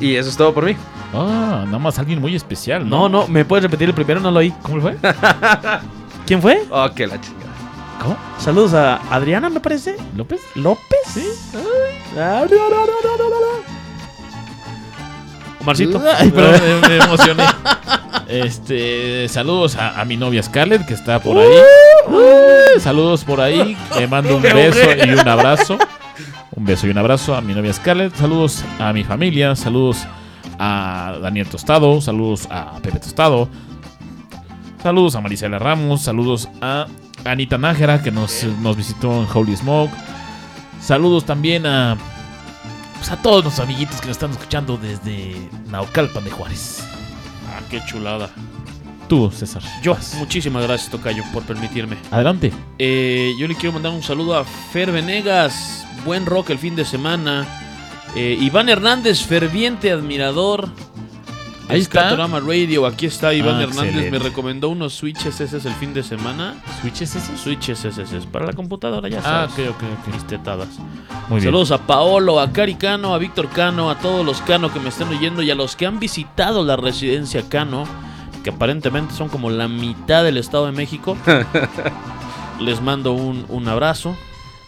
Y eso es todo por mí.
Ah, nada más alguien muy especial, ¿no?
No, no, ¿me puedes repetir el primero? No lo oí.
¿Cómo fue?
¿Quién fue?
Oh, qué la chingada.
¿Cómo?
Saludos a Adriana, me parece.
¿López?
¿López? Sí. Omarcito.
Ay, perdón, me, me emocioné. Este, saludos a, a mi novia Scarlett, que está por ahí. Uh, saludos por ahí. Le mando un beso y un abrazo. Un beso y un abrazo a mi novia Scarlett. Saludos a mi familia. Saludos a Daniel Tostado. Saludos a Pepe Tostado. Saludos a Marisela Ramos. Saludos a Anita Nájera, que nos, nos visitó en Holy Smoke. Saludos también a, pues, a todos los amiguitos que nos están escuchando desde Naucalpan de Juárez.
Ah, qué chulada.
Tú, César.
Yo,
Vas.
muchísimas gracias, Tocayo, por permitirme.
Adelante.
Eh, yo le quiero mandar un saludo a Fer Venegas.
Buen rock el fin de semana. Eh, Iván Hernández, ferviente admirador.
Ahí está.
Escatorama Radio, aquí está Iván
Ah,
Hernández.
excelente.
Me recomendó unos switches ese es el fin de semana.
¿Switches esos?
Switches ese es para la computadora, ya
Ah,
sabes.
ok, ok, ok.
Mis tetadas.
Muy bien.
Saludos a Paolo, a Cari Cano, a Víctor Cano, a todos los Cano que me estén oyendo y a los que han visitado la residencia Cano, que aparentemente son como la mitad del Estado de México. Les mando un, un abrazo.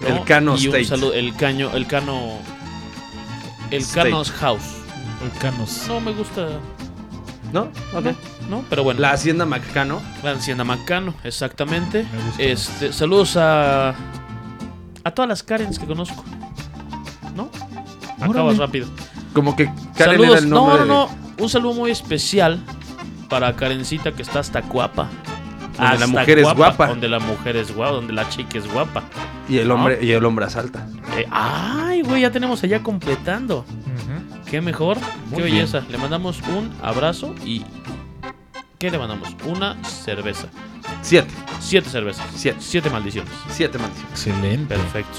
El Cano
y un
State.
saludo- el caño, el Cano. El
State.
Cano's House.
Volcanos.
No me gusta.
¿No? Ok.
¿no? Pero bueno,
La Hacienda Macano.
la Hacienda Macano, exactamente.
Me gusta.
Este, saludos a a todas las Karens que conozco. ¿No? Acabas
Órale.
rápido.
Como que Karen
saludos.
era el nombre.
no,
de-
no, no. Un saludo muy especial para Karencita que está hasta guapa.
Donde la mujer es Ah, guapa.
Donde la mujer es guapa, donde la chica es guapa.
Y el hombre, y el hombre asalta.
Eh, ay, güey, ya tenemos allá completando.
Ujú.
Qué mejor,
Muy
qué
bien.
belleza. Le mandamos un abrazo y. ¿Qué le mandamos? Una cerveza.
Siete.
Siete cervezas.
Siete.
Siete maldiciones.
Siete maldiciones.
Excelente.
Perfecto.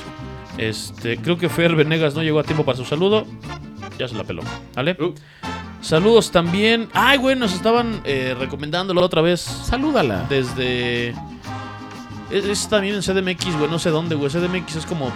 Este, creo que Fer Venegas no llegó a tiempo para su saludo. Ya se la peló. ¿Vale?
Uh.
Saludos también. Ay, güey, nos estaban eh, recomendándolo otra vez.
Salúdala.
Desde. Es, es también en CDMX, güey. No sé dónde, güey. CDMX es como.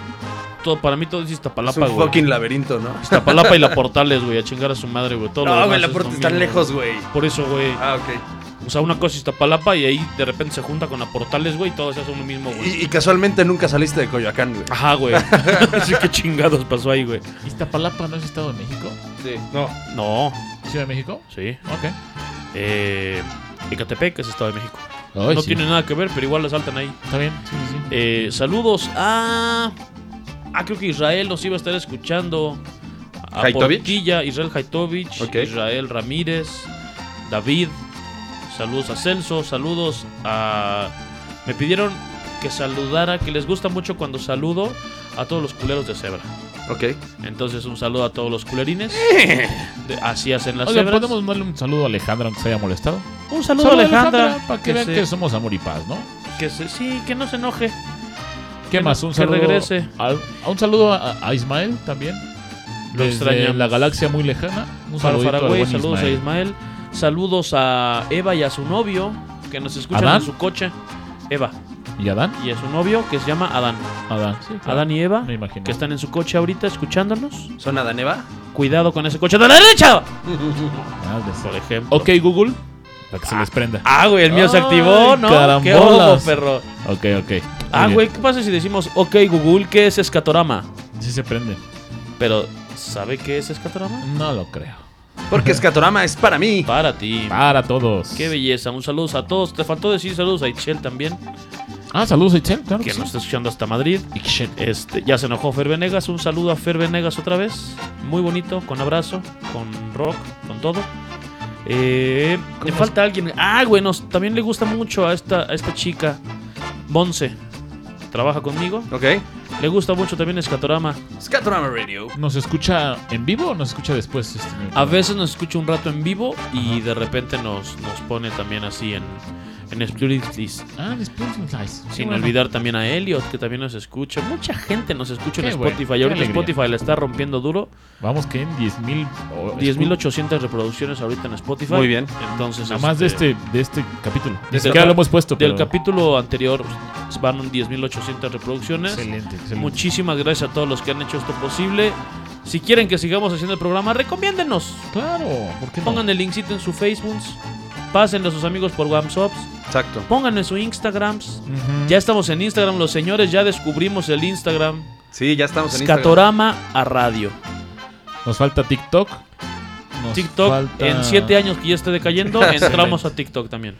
Todo, para mí todo es
Es
Iztapalapa,
un
güey.
fucking laberinto, ¿no?
Iztapalapa y la Portales, güey. A chingar a su madre, güey. Todo lo
No,
demás
güey, la
es
puerta
lo
está
mismo,
lejos, güey.
güey. Por eso, güey.
Ah, ok.
O sea, una cosa es Iztapalapa y ahí de repente se junta con la Portales, güey. Y todo se hace uno mismo, güey.
Y, y casualmente nunca saliste de Coyoacán, güey.
Ajá, güey. Así que chingados pasó ahí, güey.
¿Iztapalapa no es Estado de México?
Sí. No.
No,
¿Ciudad de México?
sí.
Ok.
Eh, Ecatepec es Estado de México.
Ay,
no
sí.
tiene nada que ver, pero igual la saltan ahí.
Está bien. Sí, sí, sí.
Eh, saludos a. Ah, creo que Israel nos iba a estar escuchando. A
¿Haitovich?
Portilla, Israel Haitovich,
Ok.
Israel Ramírez, David. Saludos a Celso, saludos a. Me pidieron que saludara, que les gusta mucho cuando saludo a todos los culeros de cebra.
Ok.
Entonces, un saludo a todos los culerines. De- así hacen las
Oiga,
cebras.
¿podemos mandarle un saludo a Alejandra aunque se haya molestado?
Un saludo, a Alejandra.
para que, vean
se-
que somos amor y paz, ¿no?
que se- sí, que no se enoje.
¿Qué
Que-
más? Un
que
saludo.
regrese.
A, a un saludo a, a Ismael también.
Lo
desde
extrañamos.
la galaxia muy lejana. Un
Para
saludito al
Faragüey,
buen
saludos
Ismael.
a Ismael. Saludos a Eva y a su novio, que nos escuchan
¿Adán?
en su coche. Eva
¿Y Adán?
y a su novio, que se llama Adán.
Adán, sí. claro.
Adán y Eva,
Ah, Me imagino.
que están en su coche ahorita escuchándonos.
¿Son Adaneva?
Cuidado con ese coche de la derecha.
Ah, de-
Por ejemplo.
Ok, Google. Para que se les prenda.
Ah, güey, el mío se
Ay,
activó, ¿no? ¡Qué ojo,
carambolas.
perro!
Ok, ok. Muy
Ah,
bien.
güey, ¿qué pasa si decimos, ok, Google, ¿qué es escatorama?
Sí se prende.
Pero, ¿sabe qué es escatorama?
No lo creo.
Porque Escatorama es para mí.
Para ti.
Para todos.
Qué belleza, un saludo a todos. Te faltó decir saludos a Itchel también,
Ah, saludos a Itzel, claro.
que
que sí.
nos está escuchando hasta Madrid.
Ixchel.
Este, ya se enojó Fer Venegas, un saludo a Fer Venegas otra vez. Muy bonito, con abrazo, con rock, con todo. Eh, le falta alguien. Ah, güey, nos- también le gusta mucho a esta, a esta chica, Monse. Trabaja conmigo.
Ok.
Le gusta mucho también Escatorama.
Escatorama Radio.
¿Nos escucha en vivo o nos escucha después? este?
A veces nos escucha un rato en vivo y de repente nos, nos pone también así en, en Splitlis.
Ah, después un slice. Qué
Sin
bueno.
olvidar también a Elliot, que también nos escucha. Mucha gente nos escucha en
Qué bueno,
Spotify.
qué
ahorita
alegría.
Spotify la está rompiendo duro.
Vamos que en 10.000. o-
10.800 reproducciones ahorita en Spotify.
Muy bien.
Entonces,
Nada más de
este,
este, de este capítulo. Ni
Del
siquiera
cap-
lo hemos puesto.
Del
pero-
capítulo anterior van 10.800 reproducciones.
Excelente, excelente.
Muchísimas gracias a todos los que han hecho esto posible. Si quieren que sigamos haciendo el programa, recomiéndenos.
Claro, ¿por qué no?
Pongan el linkcito en su Facebook. Pásenlo a sus amigos por WhatsApp.
Exacto.
Pónganlo en su Instagram.
Ujú.
Ya estamos en Instagram, los señores. Ya descubrimos el Instagram.
Sí, ya estamos en Instagram.
Escatorama a radio.
Nos falta TikTok. Nos
TikTok,
falta-
en 7 años que ya esté decayendo, entramos a TikTok también.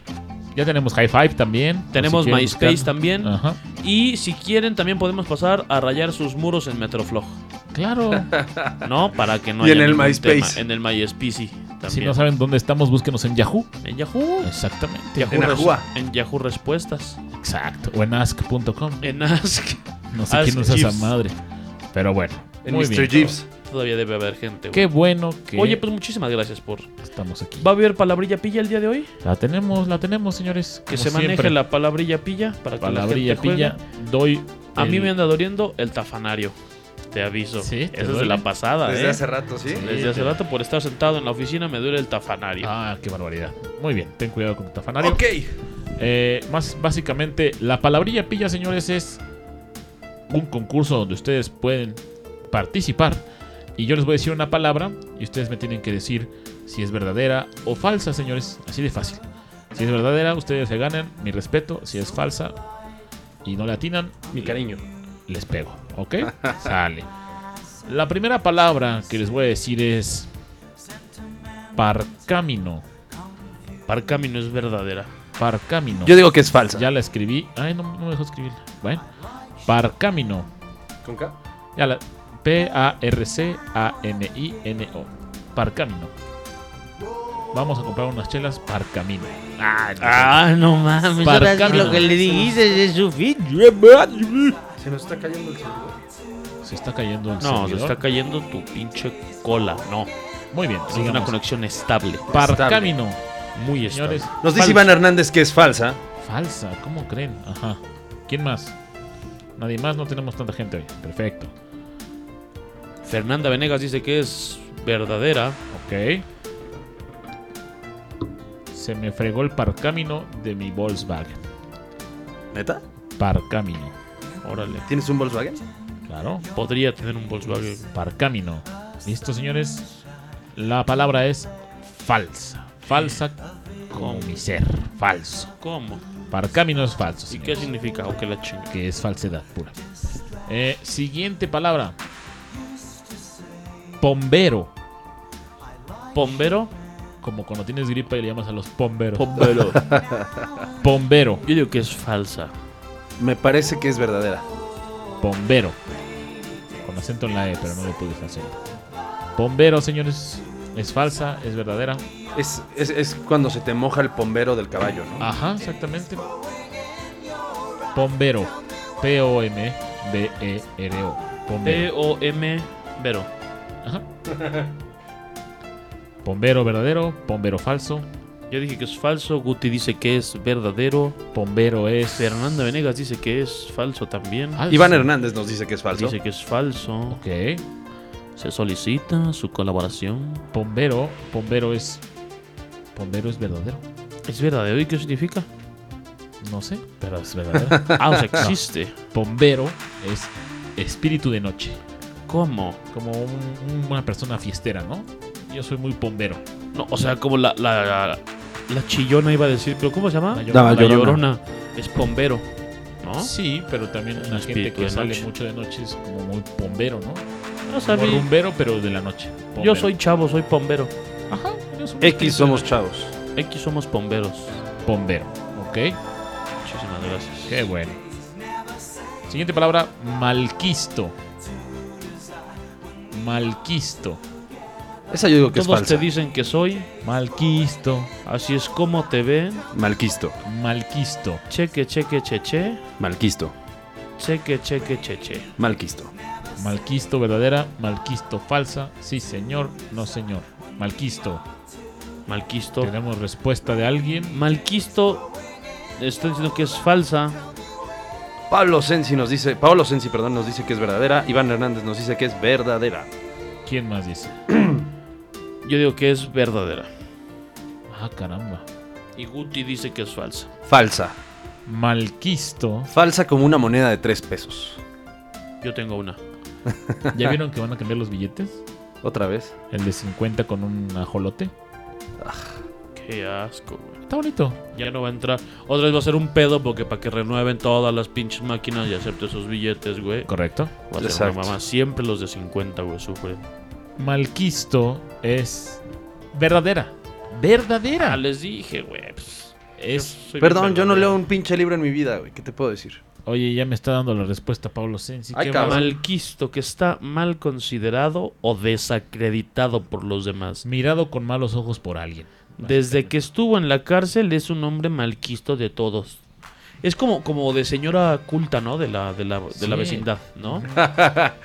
Ya tenemos High Five también. por
Tenemos
si quieren
MySpace
buscar. Ah.
también.
Ajá.
Y si quieren, también podemos pasar a rayar sus muros en Metroflog.
Claro.
¿No? Para que no
Y
haya
en el
ningún
MySpace.
tema. En el MySpace también.
si no saben dónde estamos, búsquenos en Yahoo.
en Yahoo.
Exactamente.
Yahoo
En
Res-
Ajua.
en Yahoo Respuestas.
Exacto. O en ask.com.
En Ask.
No sé
Ask
quién usa esa
Jeeves.
madre. Pero bueno.
En
muy
Mr.
bien.
Jeeves.
Todavía debe haber gente. güey.
Qué bueno que
Oye, pues muchísimas gracias por.
estamos aquí.
¿Va a haber palabrilla pilla el día de hoy?
La tenemos, la tenemos, señores.
Que
como
se maneje
siempre.
la palabrilla pilla para que
palabrilla
la gente juegue.
pilla. Doy.
A mí
el-
me anda doliendo el tafanario. Te aviso.
Sí, te
Esa es de
duele.
la pasada,
Desde
¿eh?
hace rato, ¿sí?
Desde hace rato, por estar sentado en la oficina, me duele el tafanario.
Ah, qué barbaridad. Muy bien, ten cuidado con tu tafanario.
Ok.
Eh, más básicamente, la palabrilla pilla, señores, es un concurso donde ustedes pueden participar. Y yo les voy a decir una palabra y ustedes me tienen que decir si es verdadera o falsa, señores. Así de fácil. Si es verdadera, ustedes se ganan mi respeto. Si es falsa y no le atinan,
Mi cariño.
les pego. ¿Ok? Sale. La primera palabra que les voy a decir es parcamino.
Parcamino es verdadera.
Parcamino.
Yo digo que es falsa.
Ya la escribí. Ay, no, no me dejó escribir. Bueno. Parcamino.
¿Con K?
Ya la. P-A-R-C-A-M-I-N-O. Parcamino. Vamos a comprar unas chelas Parcamino. Ah, no.
Ah, no mames.
ahora sí Parcamino. lo que le
dijiste es su fin.
Se nos está cayendo el celular.
Se está cayendo el
No, se
servidor.
está cayendo tu pinche cola. No,
Muy bien.
es una
Sigamos.
conexión estable.
Parcamino.
Muy estable.
Señores.
Nos dice Iván Hernández que es falsa.
Falsa, ¿cómo creen? Ajá. ¿Quién más? Nadie más, no tenemos tanta gente hoy. Perfecto.
Fernanda Venegas dice que es verdadera.
Ok. Se me fregó el parcamino de mi Volkswagen.
¿Neta?
Parcamino.
Órale.
¿Tienes un Volkswagen?
Claro.
Podría tener un Volkswagen.
Parcamino. Listo, señores. La palabra es falsa. Falsa como mi ser. Falso.
¿Cómo?
Parcamino es falso.
¿Y qué
señores.
significa? O que la chinga.
que es falsedad pura. Eh, siguiente palabra. Pombero.
¿Pombero?
Como cuando tienes gripa y le llamas a los pomberos.
Pombero.
Pombero.
Yo digo que es falsa.
Me parece que es verdadera.
Bombero. Con acento en la E, pero no lo pude hacer. Bombero, señores. Es falsa, es verdadera.
Es, es, es cuando se te moja el pombero del caballo, ¿no?
Ajá, exactamente. Bombero. E P-O-M-B-E-R-O. Bombero.
P-O-M. Vero.
Ajá. Bombero verdadero, bombero falso.
Yo dije que es falso. Guti dice que es verdadero.
Bombero es.
Fernanda Venegas dice que es falso también.
falso.
Iván Hernández nos Ah, dice que es falso.
Dice que es falso.
Ok.
Se solicita su colaboración.
Bombero, bombero es. Bombero es verdadero.
¿Es verdadero? ¿Y qué significa?
No sé, pero es verdadero.
Ah, o sea, existe.
bombero es espíritu de noche.
¿Cómo?
como un- un- una persona fiestera, ¿no? Yo soy muy bombero.
No, o sea, como la, la, la, la chillona iba a decir, pero ¿cómo se llama?
La Llorona.
La llorona. Es pombero, ¿no?
Sí, pero también
Es un
la gente
espíritu
que
de
sale
noche.
mucho de noche es como muy bombero, ¿no?
No
Como
sabía.
rumbero, pero de la noche. Bombero.
Yo soy chavo, soy pombero.
Ajá, eres un espíritu de
X somos
noche.
chavos.
X somos pomberos.
bombero. Ok,
Muchísimas gracias.
qué bueno. Siguiente palabra, malquisto. Malquisto.
Esa yo digo que
Todos
es falsa.
te dicen que soy,
Malquisto.
así es como te ven.
Malquisto.
Malquisto.
Cheque, cheque, cheche.
Malquisto.
Cheque, cheque, cheche.
Malquisto.
Malquisto verdadera, malquisto falsa. Sí, señor, no, señor. Malquisto.
Malquisto.
Tenemos respuesta de alguien.
Malquisto, estoy diciendo que es falsa.
Pablo Sensi nos dice, Pablo Sensi, perdón, nos dice que es verdadera. Iván Hernández nos dice que es verdadera.
¿Quién más dice?
Yo digo que es verdadera.
Ah, caramba.
Y Guti dice que es falsa.
Falsa.
Malquisto.
Falsa como una moneda de tres pesos.
Yo tengo una.
¿Ya vieron que van a cambiar los billetes?
Otra vez.
El de 50 con un ajolote.
Qué asco, güey.
Está bonito.
Ya no va a entrar. Otra vez va a ser un pedo porque para que renueven todas las pinches máquinas y acepte esos billetes, güey.
Correcto.
Va a ser
Exacto.
una mamá. Siempre los de 50, güey, sufren.
Malquisto es verdadera. Verdadera.
Ah, les dije, güey. pues,
Es...
soy bien
Perdón, yo no
verdadero.
leo un pinche libro en mi vida, güey. ¿Qué te puedo decir?
Oye, ya me está dando la respuesta Pablo Sensi.
Ay,
¿Qué
cabrón.
más?
Malquisto que está mal considerado o desacreditado por los demás.
Mirado con malos ojos por alguien.
Desde que estuvo en la cárcel es un hombre malquisto de todos. Es como, como de señora culta, ¿no? De la, de la, de la
Sí.
vecindad, ¿no?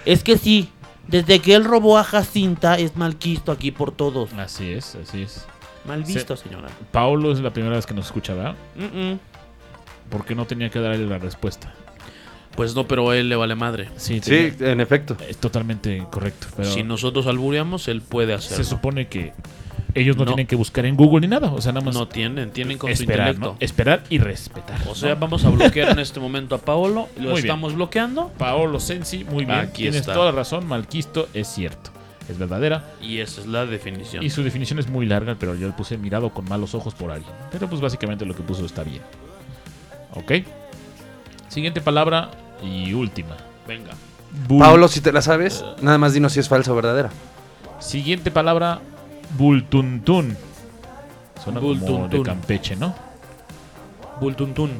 es que sí. Desde que él robó a Jacinta es malquisto aquí por todos.
Así es, así es.
Mal
Sí.
visto, señora.
Pablo es la primera vez que nos escucha, ¿verdad?
Mm, mm.
Porque no tenía que darle la respuesta.
Pues no, pero a él le vale madre.
Sí,
Sí,
tenía-
en efecto.
es totalmente correcto. Pero
Si nosotros albureamos, él puede
se
hacerlo.
supone que ellos no,
No.
tienen que buscar en Google ni nada. O sea, nada más
No tienen, tienen con
esperar,
su intelecto.
¿no? esperar y respetar.
O sea,
¿no?
vamos a bloquear en este momento a Paolo. Lo
Muy bien.
estamos bloqueando.
Paolo Sensi, muy bien.
Aquí
Tienes
está.
toda la razón, Malquisto es cierto. Es verdadera.
Y esa es la definición.
Y su definición es muy larga, pero yo le puse mirado con malos ojos por alguien. Pero pues básicamente lo que puso está bien. ¿Ok? Siguiente palabra y última.
Venga.
Bul-
Pablo, si te la sabes, nada más dinos si es falsa o verdadera.
Siguiente palabra, bultuntún. Suena como de
Bultuntún.
Campeche, ¿no?
Bultuntún.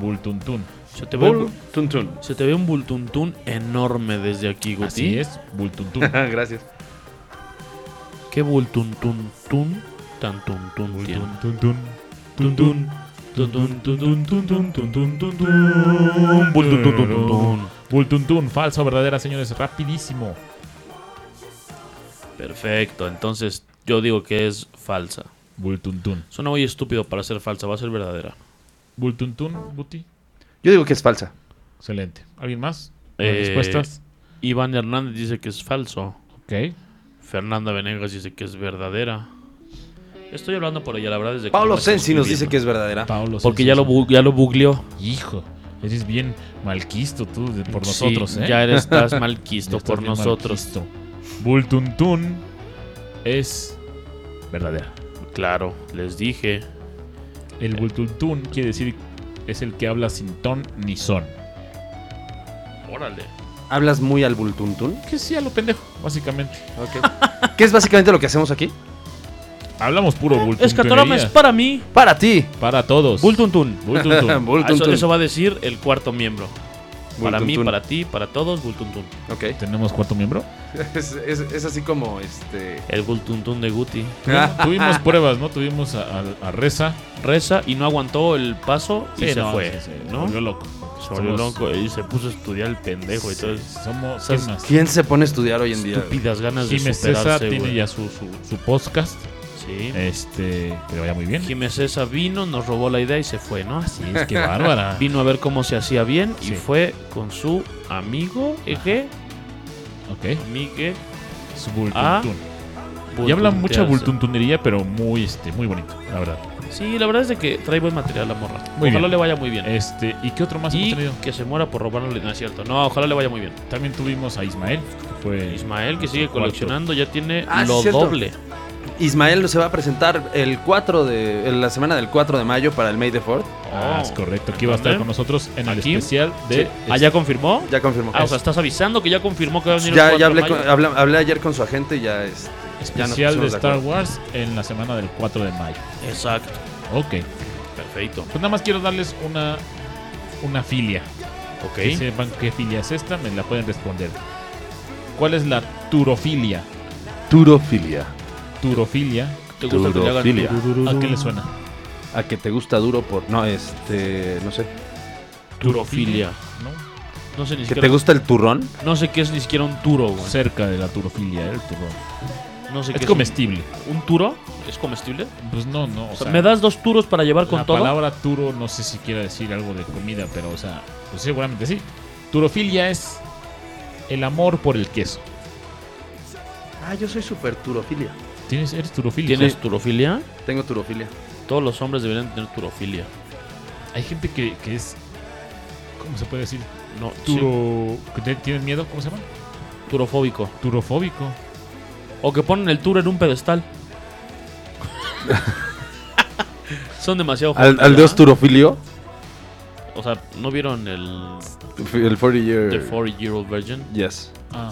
Bultuntún.
Se te, ve,
Bull Tuntun.
se te ve un bultuntún enorme desde aquí, Guti.
Así es, Bultuntún.
Gracias.
Qué bultuntuntún tan tuntún tiene.
Bultuntún. Tuntún. Tuntún, tuntún, tuntún, tuntún, tuntún.
Bultuntuntuntún.
Bultuntún, falsa o verdadera, señores, rapidísimo.
Perfecto, entonces yo digo que es falsa.
Bultuntún.
Suena muy estúpido para ser falsa, va a ser verdadera.
Bultuntún, Buti.
Yo digo que es falsa.
Excelente. ¿Alguien más?
Eh,
¿Las respuestas?
Iván Hernández dice que es falso.
Ok.
Fernanda Venegas dice que es verdadera. Estoy hablando por ella, la verdad. Desde que
Pablo
lo está
Sensi nos dice
escribiendo.
que es verdadera.
Pablo.
Porque
sí,
ya
sí,
lo,
sí.
bu- ya lo googleó.
Hijo, eres bien malquisto tú de- por
Sí,
nosotros, ¿eh?
Ya eres, estás mal
Ya
quisto
estás
por
bien
nosotros.
malquisto. Bultuntún es verdadera.
Claro, les dije.
El
Eh.
bultuntún quiere decir es el que habla sin ton ni son.
Órale.
¿Hablas muy al bultuntún?
Que sí, a lo pendejo, básicamente.
¿Qué es básicamente lo que hacemos aquí?
Hablamos puro bultuntún.
Escatorama es para mí.
Para ti.
para todos.
Bultuntun.
Bultuntún.
Eso,
Bultuntún.
eso va a decir el cuarto miembro. Para mí,
Bultuntún.
para ti, para todos, Bultuntun.
Ok.
¿Tenemos cuarto miembro?
Es, es- es así como este.
El Bultuntun de Guti.
Tuvimos, tuvimos pruebas, ¿no? Tuvimos a, a- a Reza.
Reza y no aguantó el paso y
Sí,
se
no,
fue.
sí, sí, Se
¿no?
volvió loco.
Se volvió
Somos-
loco y se puso a estudiar el pendejo y todo.
Sí, Somos,
Esas
¿qué más?
¿Quién se pone a estudiar hoy en día?
Estúpidas ganas de
Jimé César
superarse,
tiene
güey.
ya su, su, su podcast.
Sí.
Este, que le vaya muy bien.
Jiménez César vino, nos robó la idea y se fue, ¿no?
Ah, Sí, es que bárbara.
Vino a ver cómo se hacía bien y
Sí.
fue con su amigo, Eje,
ok,
amigue.
su bultuntún.
Ah,
y habla mucha bultuntunería, pero muy, este, muy bonito, la verdad.
Sí, la verdad es de que trae buen material la morra.
Muy
ojalá
bien.
le vaya muy bien.
Este, ¿y qué otro más
y
hemos tenido?
que se muera por robarle, no es cierto. No, ojalá le vaya muy bien.
También tuvimos a Ismael, que fue
Ismael, que sigue
Cuatro.
coleccionando, ya tiene
Ah, sí,
lo
cierto.
doble.
Ismael se va a presentar el 4 de. en la semana del 4 de mayo para el May de Ford.
Ah, es correcto, que iba a estar
¿Dónde?
con nosotros en el
Oh. Aquí.
especial de este-
¿Ah, ya confirmó?
Ya confirmó.
Ah, o sea, estás avisando que ya confirmó que va a venir el
ya,
4
ya hablé,
de mayo?
con- habla- hablé ayer con su agente y ya es.
especial
ya
de
nos pusimos de
Star
acuerdo.
Wars en la semana del 4 de mayo.
Exacto.
Ok, pues
Perfecto.
nada más quiero darles una, una filia.
Ok.
Que sepan qué filia es esta, me la pueden responder. ¿Cuál es la turofilia?
Turofilia.
Turofilia.
¿Te gusta que le hagan
Turofilia.
turururu?
¿A qué le suena?
A que te gusta duro por. No, este. No sé.
Turofilia.
¿No?
No sé ni
¿Que te
siquiera.
gusta el turrón?
No sé qué es ni siquiera un turo, güey.
Cerca de la turofilia, ¿eh? el turrón.
No sé qué
Es
un-
comestible.
¿Un turo? ¿Es comestible?
Pues no, no. O,
O sea,
sea,
¿me das dos turos para llevar con
la
todo?
palabra turo no sé si quiere decir algo de comida, pero o sea, pues seguramente sí. Turofilia es el amor por el queso.
Ah, yo soy súper turofilia.
¿Tienes, eres turofilia.
¿Tienes turofilia?
Tengo turofilia.
Todos los hombres deberían tener turofilia.
Hay gente que, que es. ¿Cómo se puede decir?
No, sí,
Turo. que te- ¿Tienen miedo? ¿Cómo se llama?
turofóbico.
Turofóbico.
O que ponen el turo en un pedestal. Son demasiado
¿Al,
jóvenes,
al dios
¿verdad?
turofilio?
O sea, ¿no vieron el
El 40 year.
The 40-Year-Old Virgin?
Yes.
Ah,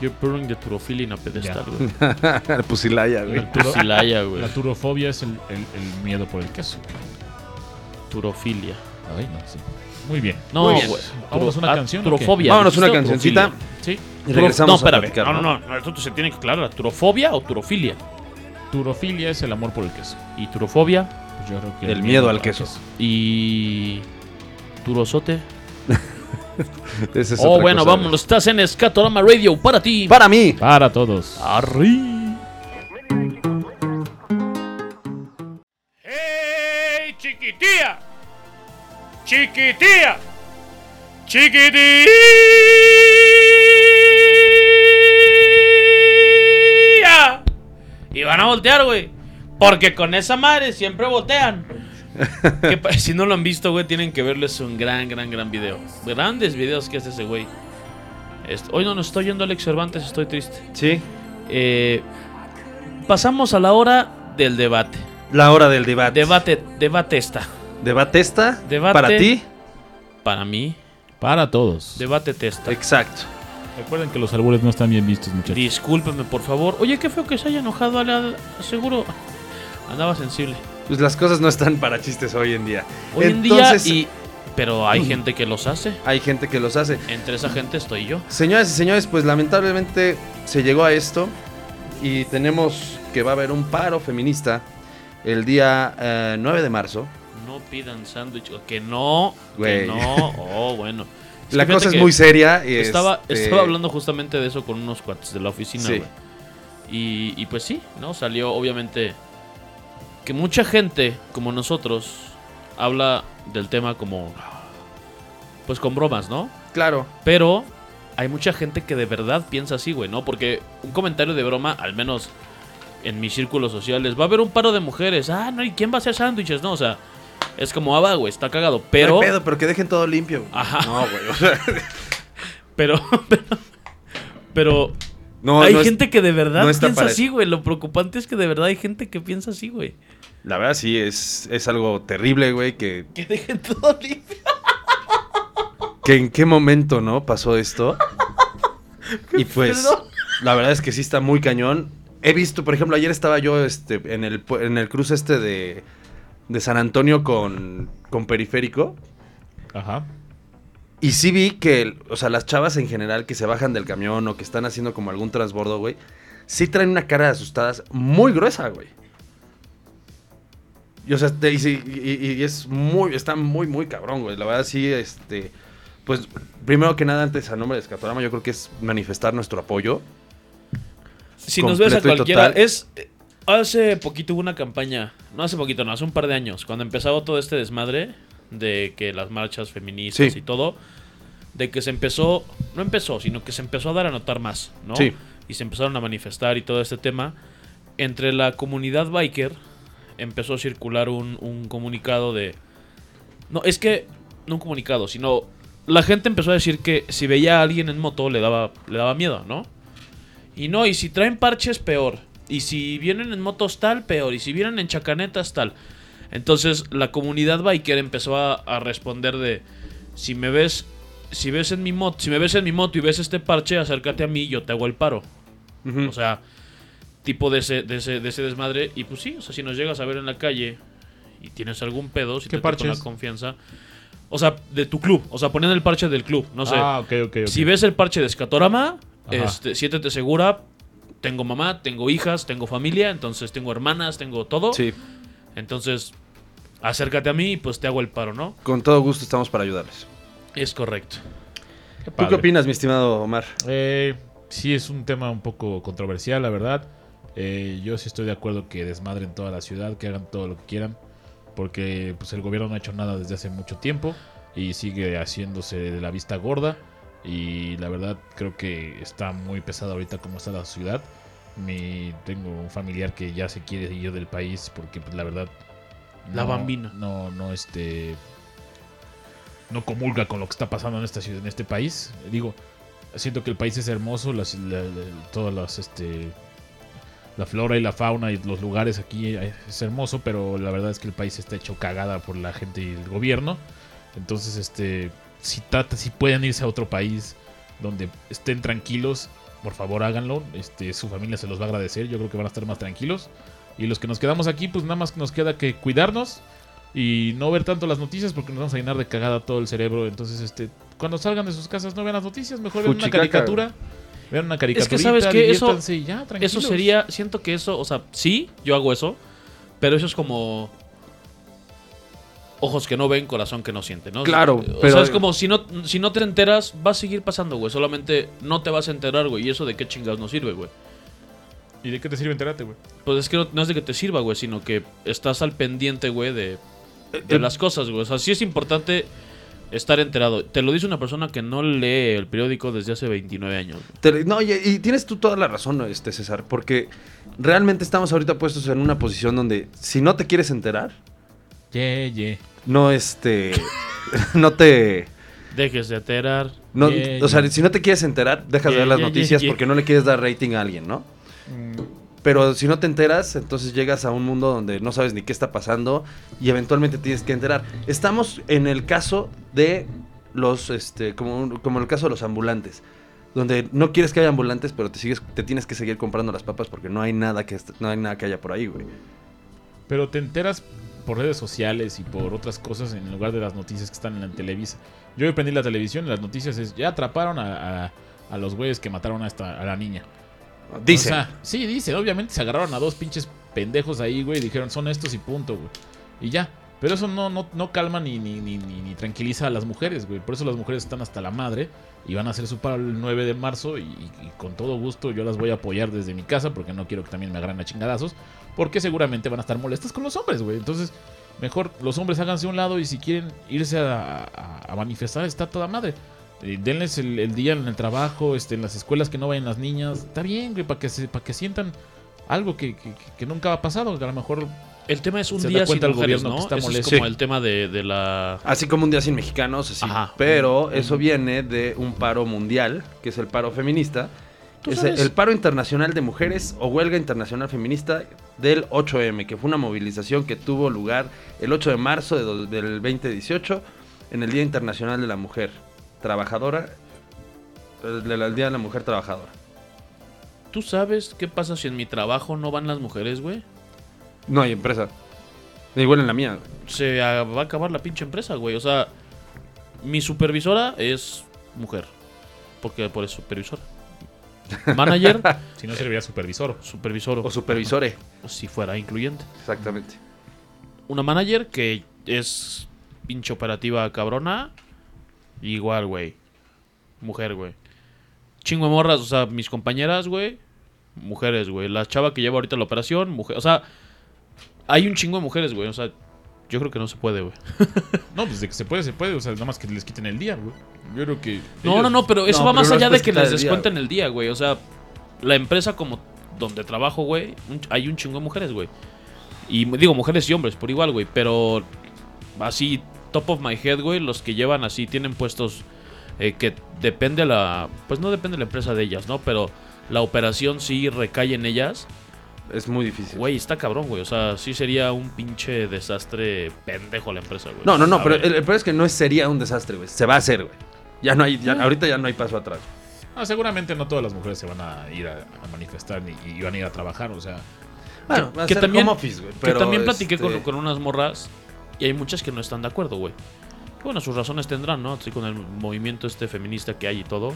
You're putting the turofilia in a pedestal, güey.
el pusilaya, güey.
la, turo-
Silaya, güey.
la turofobia es el, el- el miedo por el queso.
Turofilia.
Ay, no, sí. Muy bien.
No,
Muy
güey.
bien.
¿Vamos a una
Ah,
canción o qué?
Turofobia.
Vámonos una
¿dijiste o turofilia?
cancioncita.
Sí.
Y regresamos
no,
a
espérame.
platicar,
no, no, no. Esto se tiene que aclarar. ¿Turofobia o turofilia?
Turofilia es el amor por el queso.
Y turofobia
Pues yo creo que
El miedo al queso.
y... Turosote.
Esa es
oh,
otra
bueno,
cosa,
vámonos. Estás en Escatorama Radio para ti.
güey. Para mí.
Para todos.
Arri.
¡Hey, chiquitía! ¡Chiquitía! ¡Chiquitía!
Y van a voltear, güey. Porque con esa madre siempre voltean. Que pa- si no lo han visto, güey, tienen que verlo. Es un gran, gran, gran video. Grandes videos que hace ese güey. Est- Hoy no nos estoy yendo Alex Cervantes, estoy triste.
Sí.
Eh, pasamos a la hora del debate.
La hora del debate.
Debate, debate esta.
Debate esta.
Debate.
Para ti.
Para mí,
Para todos.
debate testa.
Exacto.
Recuerden que los albures no están bien vistos, muchachos.
Discúlpeme, por favor. Oye, qué feo que se haya enojado, Ale. Seguro andaba sensible.
pues las cosas no están para chistes hoy en día.
Hoy en día
Entonces,
y... Pero hay gente que los hace.
hay gente que los hace.
Entre esa gente estoy yo.
Señoras y señores, pues lamentablemente se llegó a esto y tenemos que va a haber un paro feminista el día eh, 9 de marzo.
No pidan sándwich. o Que no.
Güey.
Que no. Oh, bueno. que
La
fíjate
cosa es
que
muy seria. y
Estaba,
este,
estaba hablando justamente de eso con unos cuates de la oficina,
Sí.
güey. Y, y pues sí, ¿no? Salió obviamente que mucha gente, como nosotros, habla del tema como... Pues con bromas, ¿no?
Claro,
Pero hay mucha gente que de verdad piensa así, güey, ¿no? Porque un comentario de broma, al menos en mis círculos sociales, va a haber un paro de mujeres. Ah, no, ¿y quién va a hacer sándwiches? No, o sea, es como, ah, va, güey, está cagado.
pero...
Pero,
pero que dejen todo limpio.
Ajá.
No, güey. o sea,
pero, pero, pero
no,
hay
no es-
gente que de verdad
no está
piensa
para
así, güey. Lo preocupante es que de verdad hay gente que piensa así, güey.
La verdad sí, es, es algo terrible, güey, que,
Que dejen todo limpio.
que en qué momento, ¿no? Pasó esto. y pues,
pedo?
la verdad es que sí está muy cañón. He visto, por ejemplo, ayer estaba yo este, en, el, pu- en el cruce este de, de San Antonio con, con Periférico.
Ajá.
Y sí vi que, o sea, las chavas en general que se bajan del camión o que están haciendo como algún transbordo, güey, sí traen una cara de asustadas muy gruesa, güey. Y, o sea, te- y, sí- y- y es muy, está muy, muy cabrón, güey. La verdad, sí, este, pues, primero que nada, antes a nombre de Escatorama, yo creo que es manifestar nuestro apoyo.
Si nos ves a
Completo y
cualquiera,
total.
es... eh, Hace poquito hubo una campaña, no hace poquito, no, hace un par de años, cuando empezaba todo este desmadre de que las marchas feministas
Sí.
y todo, de que se empezó, no empezó, sino que se empezó a dar a notar más, ¿no?
Sí.
Y se empezaron a manifestar y todo este tema. Entre la comunidad biker empezó a circular un, un comunicado de... No, es que, no un comunicado, sino la gente empezó a decir que si veía a alguien en moto le daba, le daba miedo, ¿no? Y no, y si traen parches, peor. Y si vienen en motos, tal, peor. Y si vienen en chacanetas, tal. Entonces la comunidad biker empezó a, a responder de si me ves, si ves en mi moto, si me ves en mi moto y ves este parche, acércate a mí y yo te hago el paro.
Mm.
O sea, tipo de ese, de ese, de ese desmadre. Y pues sí, o sea, si nos llegas a ver en la calle y tienes algún pedo, si
¿Qué
te toca la
parches?
confianza. O sea, de tu club. O sea, ponían el parche del club. No sé.
Ah, ok, ok. ok.
Si ves el parche de Escatorama,
Ajá.
este, siéntete segura. Tengo mamá, tengo hijas, tengo familia, entonces tengo hermanas, tengo todo.
Sí,
Entonces, acércate a mí y pues te hago el paro, ¿no?
con todo gusto estamos para ayudarles.
Es correcto.
¿Tú qué
padre.
opinas, mi estimado Omar?
Eh, sí, es un tema un poco controversial, la verdad. Eh, yo sí estoy de acuerdo que desmadren toda la ciudad, que hagan todo lo que quieran, porque pues, el gobierno no ha hecho nada desde hace mucho tiempo y sigue haciéndose de la vista gorda. Y la verdad creo que está muy pesada ahorita como está la ciudad. Mi, tengo un familiar que ya se quiere ir del país porque pues, la verdad...
La bambina.
No, no, este... No comulga con lo que está pasando en esta ciudad, en este país. Digo, siento que el país es hermoso, las, la- la- todas las, este, la flora y la fauna y los lugares aquí eh, es hermoso, pero la verdad es que el país está hecho cagada por la gente y el gobierno. Entonces, este, si trata, si pueden irse a otro país donde estén tranquilos, por favor háganlo. Este, su familia se los va a agradecer. Yo creo que van a estar más tranquilos. Y los que nos quedamos aquí, pues nada más nos queda que cuidarnos y no ver tanto las noticias porque nos vamos a llenar de cagada todo el cerebro. Entonces, este, cuando salgan de sus casas no vean las noticias, mejor vean una
Fuchicaca.
caricatura. Vean una caricatura.
¿sabes qué? Eso-
ya, tranquilos.
Eso sería, siento que eso, o sea, sí, yo hago eso, pero eso es como ojos que no ven, corazón que no siente, ¿no?
Claro,
o sea,
pero-
es como si no, si no te enteras, va a seguir pasando, güey, solamente no te vas a enterar, güey, y eso de qué chingados no sirve, güey.
¿Y de qué te sirve enterarte, güey?
Pues es que no, no es de que te sirva, güey, sino que estás al pendiente, güey, de,
Eh,
de las cosas, güey. O sea, sí es importante estar enterado. Te lo dice una persona que no lee el periódico desde hace 29 años. güey.
Te- No, y, y tienes tú toda la razón, este César, porque realmente estamos ahorita puestos en una posición donde si no te quieres enterar,
Yeah, yeah.
no este no te
Dejes de enterar.
no,
Yeah,
o sea,
yeah.
si no te quieres enterar, dejas de
Yeah,
ver las
yeah, yeah,
noticias
yeah.
porque no le quieres dar rating a alguien, ¿no?
Mm.
Pero si no te enteras, entonces llegas a un mundo donde no sabes ni qué está pasando y eventualmente tienes que enterar. Estamos en el caso de los, este, como, como en el caso de los ambulantes, donde no quieres que haya ambulantes, pero te sigues, te tienes que seguir comprando las papas porque no hay nada que, est- no hay nada que haya por ahí, güey.
Pero te enteras por redes sociales y por otras cosas en lugar de las noticias que están en la televisa. Yo hoy prendí la televisión y las noticias es, ya atraparon a, a- a los güeyes que mataron a, esta, a la niña.
Dice.
O sea, sí, dice. Obviamente se agarraron a dos pinches pendejos ahí, güey. Y dijeron, son estos y punto, güey. Y ya. Pero eso no, no, no calma ni, ni, ni, ni, ni tranquiliza a las mujeres, güey. Por eso las mujeres están hasta la madre y van a hacer su paro el 9 de marzo. Y, y con todo gusto yo las voy a apoyar desde mi casa porque no quiero que también me agarren a chingadazos. Porque seguramente van a estar molestas con los hombres, güey. Entonces, mejor los hombres háganse a un lado y si quieren irse a, a- a manifestar, está toda madre. Eh, denles el, el día en el trabajo, este, en las escuelas que no vayan las niñas. Está bien, güey, para que, se- para que sientan algo que, que- que nunca ha pasado. Que a lo mejor
El tema es un
Se da
día sin
cuenta el
mujeres,
gobierno
¿no?
que está
Ese es
molesto.
como
Sí.
el tema de, de la...
Así como un día sin mexicanos, así.
Ajá.
Pero eso viene de un paro mundial, que es el paro feminista.
¿Tú
Es
sabes?
el paro internacional de mujeres o huelga internacional feminista del 8M, que fue una movilización que tuvo lugar el 8 de marzo de do- del 2018 en el Día Internacional de la Mujer Trabajadora, el, el Día de la Mujer Trabajadora.
¿Tú sabes qué pasa si en mi trabajo no van las mujeres, güey?
No hay empresa. Igual en la mía.
Se a- va a acabar la pinche empresa, güey. O sea, mi supervisora es mujer. Porque por eso supervisora. Manager,
si no serviría supervisor.
supervisor.
O supervisores.
si fuera incluyente.
Exactamente.
Una manager que es pinche operativa cabrona. Igual, güey. Mujer, güey. Chingo de morras, o sea, mis compañeras, güey. Mujeres, güey. La chava que lleva ahorita la operación, mujer. O sea, hay un chingo de mujeres, güey. O sea, yo creo que no se puede, güey.
No, pues de que se puede, se puede. O sea, nada más que les quiten el día, güey. Yo creo que.
No,
ellos-
no, no, pero eso
No,
va
pero
más
no
allá
les
de que
puedes
les
quitar el día,
descuenten el día, güey. O sea, la empresa como donde trabajo, güey, un ch- hay un chingo de mujeres, güey. Y m- digo, mujeres y hombres, por igual, güey. Pero así, top of my head, güey, los que llevan así tienen puestos eh, que depende la... Pues no depende la empresa de ellas, ¿no? Pero la operación sí recae en ellas.
Es muy difícil.
Güey, está cabrón, güey. O sea, sí sería un pinche desastre pendejo la empresa, güey.
No, no, no, pero
¿Sabes?
el, el peor es que no es- sería un desastre, güey. Se va a hacer, güey. Ya no hay, ya- ahorita ya no hay paso atrás.
Ah, seguramente no todas las mujeres se van a ir a, a manifestar ni, y van a ir a trabajar, o sea.
Bueno, va a
que
ser
también-
home office, güey.
que
pero,
también platiqué
este,
con, con unas morras y hay muchas que no están de acuerdo, güey. Que, Bueno, sus razones tendrán, ¿no? Así con el movimiento este feminista que hay y todo,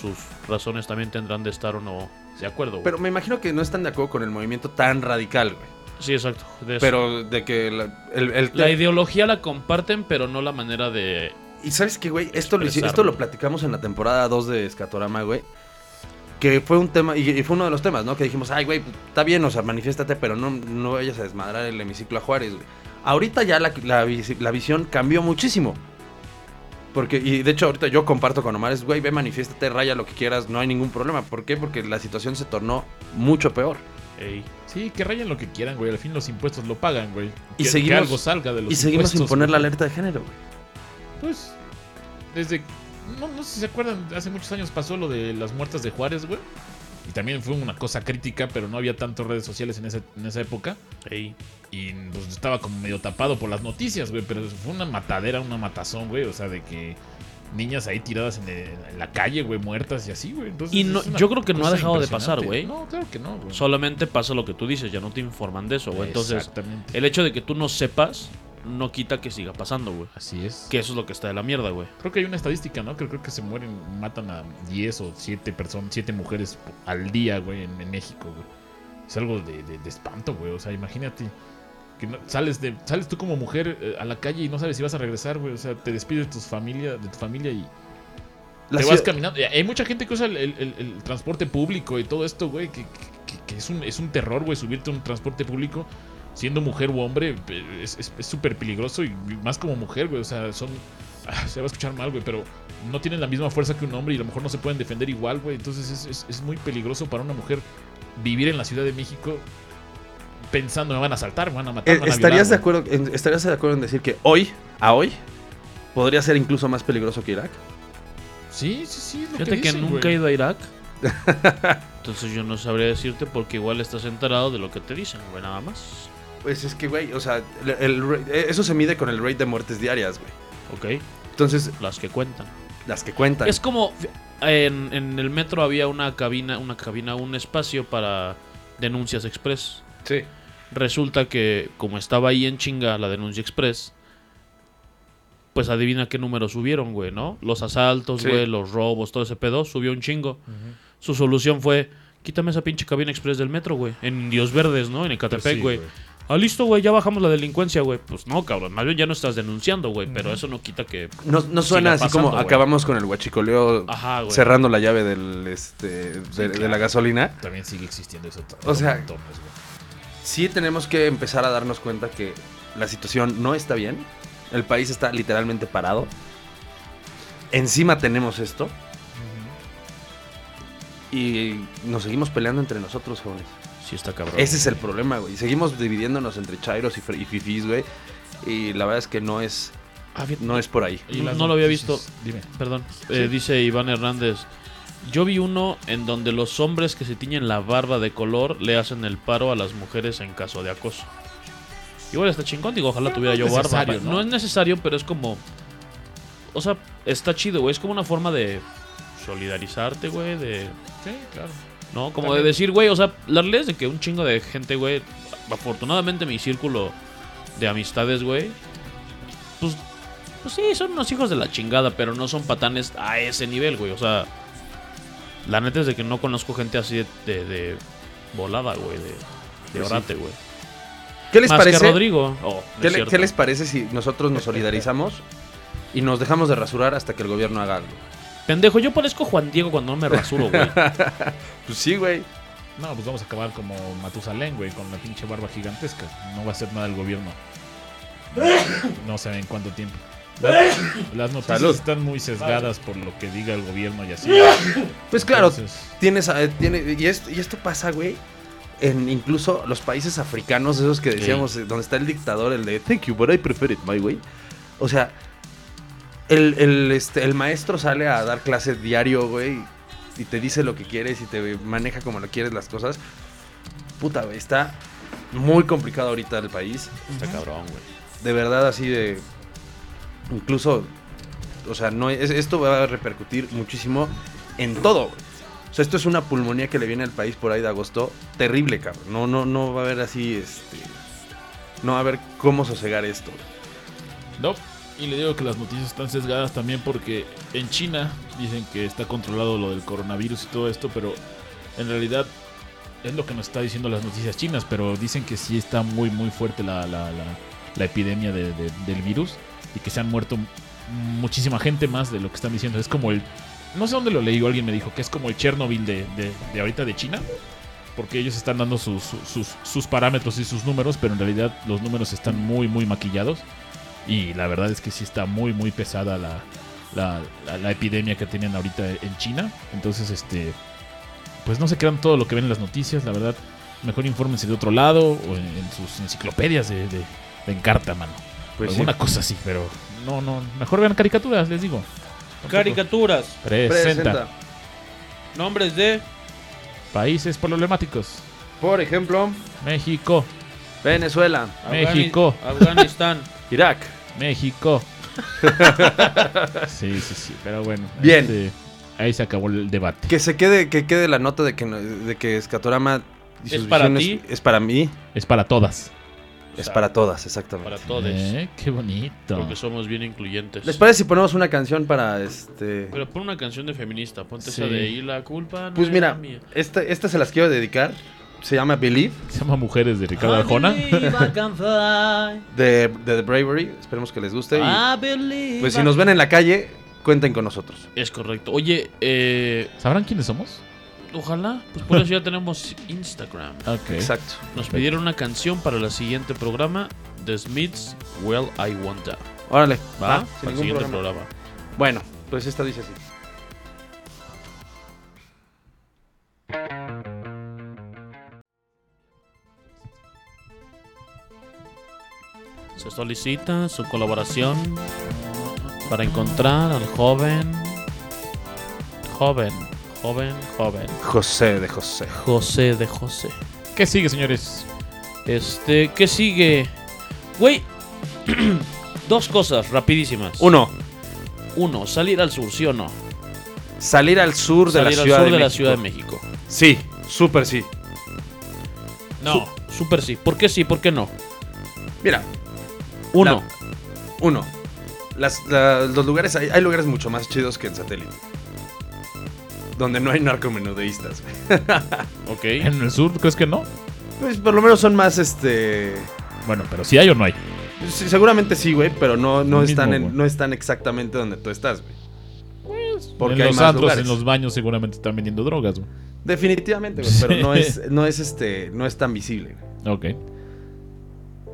sus razones también tendrán de estar o no de acuerdo, güey.
Pero me imagino que no están de acuerdo con el movimiento tan radical, güey.
sí, exacto. de eso.
Pero de que la, el, el-
la ideología la comparten, pero no la manera de...
Y sabes que, güey, esto lo, hici-
Expresarlo.
esto lo platicamos en la temporada 2 de Escatorama, güey. Que fue un tema, y, y fue uno de los temas, ¿no? Que dijimos, ay, güey, pues, está bien, o sea, manifiéstate, pero no, no vayas a desmadrar el hemiciclo a Juárez, güey. Ahorita ya la, la visi- la visión cambió muchísimo. Porque, y de hecho, ahorita yo comparto con Omar, es, güey, ve, manifiéstate, raya lo que quieras, no hay ningún problema. ¿Por qué? Porque la situación se tornó mucho peor.
Ey,
Sí, que rayen lo que quieran, güey. Al fin los impuestos lo pagan, güey.
Y
que,
seguimos-
que algo salga de los
Y seguimos sin
impuestos,
poner la
güey.
alerta de género, güey.
Pues, desde. No, no sé si se acuerdan, hace muchos años pasó lo de las muertas de Juárez, güey. Y también fue una cosa crítica, pero no había tantas redes sociales en esa, en esa época.
ey.
Y pues, estaba como medio tapado por las noticias, güey. Pero fue una matadera, una matazón, güey. O sea, de que niñas ahí tiradas en, el- en la calle, güey, muertas y así, güey. Entonces,
Y no-
es una
yo creo que no ha
cosa
dejado de pasar,
impresionante.
güey.
No, claro que no, güey.
Solamente pasa lo que tú dices, ya no te informan de eso, güey. Entonces,
Exactamente.
el hecho de que tú no sepas no quita que siga pasando, güey.
Así es.
Que eso es lo que está de la mierda, güey.
Creo que hay una estadística, ¿no? Creo, creo que se mueren, matan a 10 o 7 personas, 7 mujeres po- al día, güey, en, en México, güey. Es algo de, de- de espanto, güey. O sea, imagínate que no- sales de sales tú como mujer eh, a la calle y no sabes si vas a regresar, güey. O sea, te despides de tu familia, de tu familia y
La
te vas
ciudad-
caminando. Y Hay mucha gente que usa el, el- el- el transporte público y todo esto, güey, que, que- que es, un, es un terror, güey, subirte a un transporte público siendo mujer u hombre. eh, Es es- es súper peligroso y más como mujer, güey. O sea, son... ah, se va a escuchar mal, güey, pero no tienen la misma fuerza que un hombre y a lo mejor no se pueden defender igual, güey. Entonces es, es- es muy peligroso para una mujer vivir en la Ciudad de México pensando me van a asaltar, me van a matar.
Eh,
me van a
¿Estarías, de
violar, güey".
acuerdo, en- ¿Estarías de acuerdo en decir que hoy, a hoy, podría ser incluso más peligroso que Irak?
Sí, sí, sí. es lo
Fíjate que,
dicen,
nunca
güey.
he ido a Irak. Entonces yo no sabría decirte porque igual estás enterado de lo que te dicen, güey, nada más.
Pues es que, güey, o sea, el- el ra- eh, eso se mide con el rate de muertes diarias, güey.
Ok,
Entonces,
las que cuentan.
las que cuentan.
Es como fi- en, en el metro había una cabina, una cabina, un espacio para denuncias express.
Sí.
Resulta que, como estaba ahí en chinga la denuncia express, pues adivina qué números subieron, güey, ¿no? Los asaltos,
Sí.
güey, los robos, todo ese pedo, subió un chingo. Su solución fue, quítame esa pinche cabina express del metro, güey. En Indios Verdes, ¿no? En
Pues
Ecatepec,
sí,
güey.
güey.
Ah, listo, güey, ya bajamos la delincuencia, güey. Pues no, cabrón, más bien ya no estás denunciando, güey, pero eso no quita que...
No, no suena así
Siga
como
pasando, güey.
acabamos con el huachicoleo
Ajá, güey.
cerrando la llave del este de, de la gasolina.
También sigue existiendo eso. t-
O sea-
montones, güey.
Sí tenemos que empezar a darnos cuenta que la situación no está bien. El país está literalmente parado. Encima tenemos esto. Y nos seguimos peleando entre nosotros, jóvenes.
Sí está cabrón.
Ese es el problema, güey. Seguimos dividiéndonos entre chairos y, fre- y fifís, güey. Y la verdad es que no es,
Ah, fíjate.
no es por ahí.
Y
Y las
no lo había visto.
noticias, Dime.
Perdón, eh, dice Iván Hernández. Yo vi uno en donde los hombres que se tiñen la barba de color le hacen el paro a las mujeres en caso de acoso. Igual está chingón, digo, ojalá
Pero
tuviera
no
yo
es
barba.
necesario,
¿no?
¿no?
es necesario, pero es como. O sea, está chido, güey. Es como una forma de solidarizarte, güey. De.
Sí, claro.
¿No? Como
También.
de decir, güey, o sea, la realidad es de que un chingo de gente, güey, afortunadamente mi círculo de amistades, güey, pues, pues sí, son unos hijos de la chingada, pero no son patanes a ese nivel, güey. O sea, la neta es de que no conozco gente así de, de- de volada, güey, de, de orate, güey.
¿Qué les
Más que
parece?
Rodrigo. Oh, no
¿Qué,
es
le-
cierto.
qué les parece si nosotros nos solidarizamos y nos dejamos de rasurar hasta que el gobierno haga algo?
Pendejo, yo parezco Juan Diego cuando no me rasuro, güey.
Pues sí, güey.
No, pues vamos a acabar como Matusalén, güey, con la pinche barba gigantesca. No va a hacer nada el gobierno. No saben en cuánto tiempo. Las, las noticias
Salud.
están muy sesgadas por lo que diga el gobierno y así.
Pues claro,
Entonces-
tienes, a- tiene, y, esto, y esto pasa, güey, en incluso los países africanos, esos que decíamos, eh, donde está el dictador, el de Thank you, but I prefer it my way. O sea, el, el, este, el maestro sale a dar clases diario, güey, y te dice lo que quieres y te maneja como lo quieres las cosas. Puta, güey, está muy complicado ahorita el país.
Está cabrón, güey.
de verdad así de incluso o sea no es- esto va a repercutir muchísimo en todo güey. o sea esto es una pulmonía que le viene al país por ahí de agosto terrible cabrón no no no va a haber así este no va a haber cómo sosegar esto güey.
No, y le digo que las noticias están sesgadas también porque en China dicen que está controlado lo del coronavirus y todo esto, pero en realidad es lo que nos está diciendo las noticias chinas, pero dicen que sí está muy, muy fuerte la, la- la- la epidemia de- de- del virus y que se han muerto muchísima gente más de lo que están diciendo. Es como el... No sé dónde lo leí, o alguien me dijo que es como el Chernobyl de, de- de ahorita de China. Porque ellos están dando sus, sus, sus parámetros y sus números, pero en realidad los números están muy, muy maquillados. Y la verdad es que sí está muy, muy pesada la, la, la- la epidemia que tienen ahorita en China. Entonces, este pues no se crean todo lo que ven en las noticias, la verdad. Mejor infórmense de otro lado o en, en sus enciclopedias de, de, de Encarta, mano.
Pues sí.
Alguna cosa así, pero no, no. Mejor vean caricaturas, les digo.
Caricaturas,
Presenta
nombres de
países problemáticos.
por ejemplo
México,
Venezuela
Afgani-
México.
Afganistán.
Irak
México. sí, sí, sí, pero bueno.
Bien.
este, ahí se acabó el debate.
que se quede que quede la nota de que no- de que Escatorama y
¿Es
sus
para
visiones-
ti?
es para mí
Es para todas.
es para todas exactamente
Para todos.
Eh, qué bonito.
Porque somos bien incluyentes.
les parece si ponemos una canción para este
Pero pon una canción de feminista, ponte esa
Sí.
de y la culpa no
Pues
era
mira,
mía".
esta, esta se las quiero dedicar. Se llama Believe
Se llama Mujeres de Ricardo Arjona.
de, de The Bravery. Esperemos que les guste. y, pues si nos ven en la calle, cuenten con nosotros.
Es correcto. Oye, eh,
¿Sabrán quiénes somos?
ojalá, pues por eso ya tenemos Instagram.
Ok.
Exacto.
Nos pidieron una canción para el siguiente programa, The Smiths, Well I Want That.
Órale.
¿Va?
va, Ah, sin
para el
ningún
siguiente
problema.
programa.
Bueno, pues esta dice así.
Se solicita su colaboración para encontrar al joven, joven, joven, joven,
José de José.
José de José.
¿Qué sigue, señores?
Este, ¿qué sigue? Güey, dos cosas rapidísimas.
Uno,
Uno, salir al sur, ¿sí o no?
salir al sur de,
salir
la,
al
ciudad de,
sur de la
México.
Ciudad de México.
Sí, súper sí.
No. Súper sí. ¿Por qué sí? ¿Por qué no?
Mira,
Uno.
uno, las- la- los lugares, hay, hay lugares mucho más chidos que el satélite. Donde no hay narcomenudeístas.
Ok.
¿En el sur crees que no?
Pues por lo menos son más, este...
Bueno, pero si hay o no hay.
sí, seguramente sí, güey, pero no,
Mismo,
no, están
güey.
en, no están exactamente donde tú estás, güey. Porque
en
hay
los
más
antros,
lugares.
en los baños seguramente están vendiendo drogas, güey.
Definitivamente, güey, pero no es, no es, este, no es tan visible. güey.
Ok.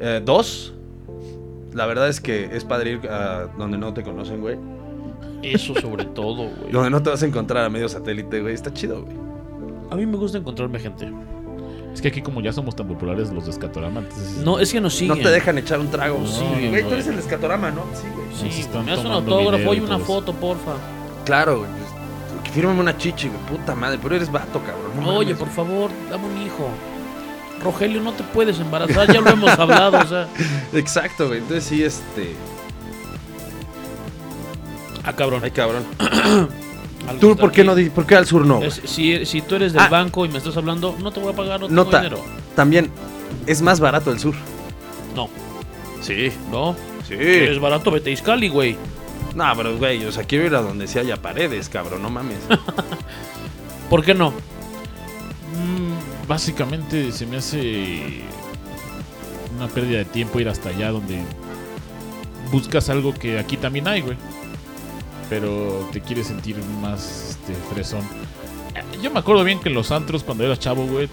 Eh, dos, la verdad es que es padre ir a donde no te conocen, güey.
Eso sobre todo, güey.
Donde no te vas a encontrar a medio satélite, güey. Está chido, güey.
A mí me gusta encontrarme gente.
Es que aquí como ya somos tan populares los de Escatorama, entonces...
No, es que nos siguen.
No te dejan echar un trago.
Sí,
No,
güey.
Güey, tú eres el escatorama, ¿no? Sí, güey.
Sí,
Nos
güey,
están
me haces un
tomando
autógrafo
video
y
y
una
todo
foto, porfa.
Claro, güey. pues, Que fírmame una chichi, güey. Puta madre. Pero eres vato, cabrón. no
Oye,
mames.
por favor, dame un hijo. Rogelio, no te puedes embarazar, ya lo hemos hablado, o sea.
Exacto, güey. Entonces sí, este.
Ah, cabrón.
Ay, cabrón.
algo
¿Tú
está
por qué
aquí.
no di- por qué al sur no? güey?
Es- si, si tú eres del
Ah.
banco y me estás hablando, no te voy a pagar, no tengo
Nota.
dinero.
También es más barato el sur.
No,
Sí,
no.
sí.
Eres barato, vete a Iscali, güey.
No, pero güey, o sea, quiero ir a donde sí haya paredes, cabrón, no mames.
¿Por qué no?
Mm, Básicamente se me hace una pérdida de tiempo ir hasta allá donde buscas algo que aquí también hay, güey. Pero te quieres sentir más este, fresón. Eh, Yo me acuerdo bien que en los antros, cuando era chavo, güey,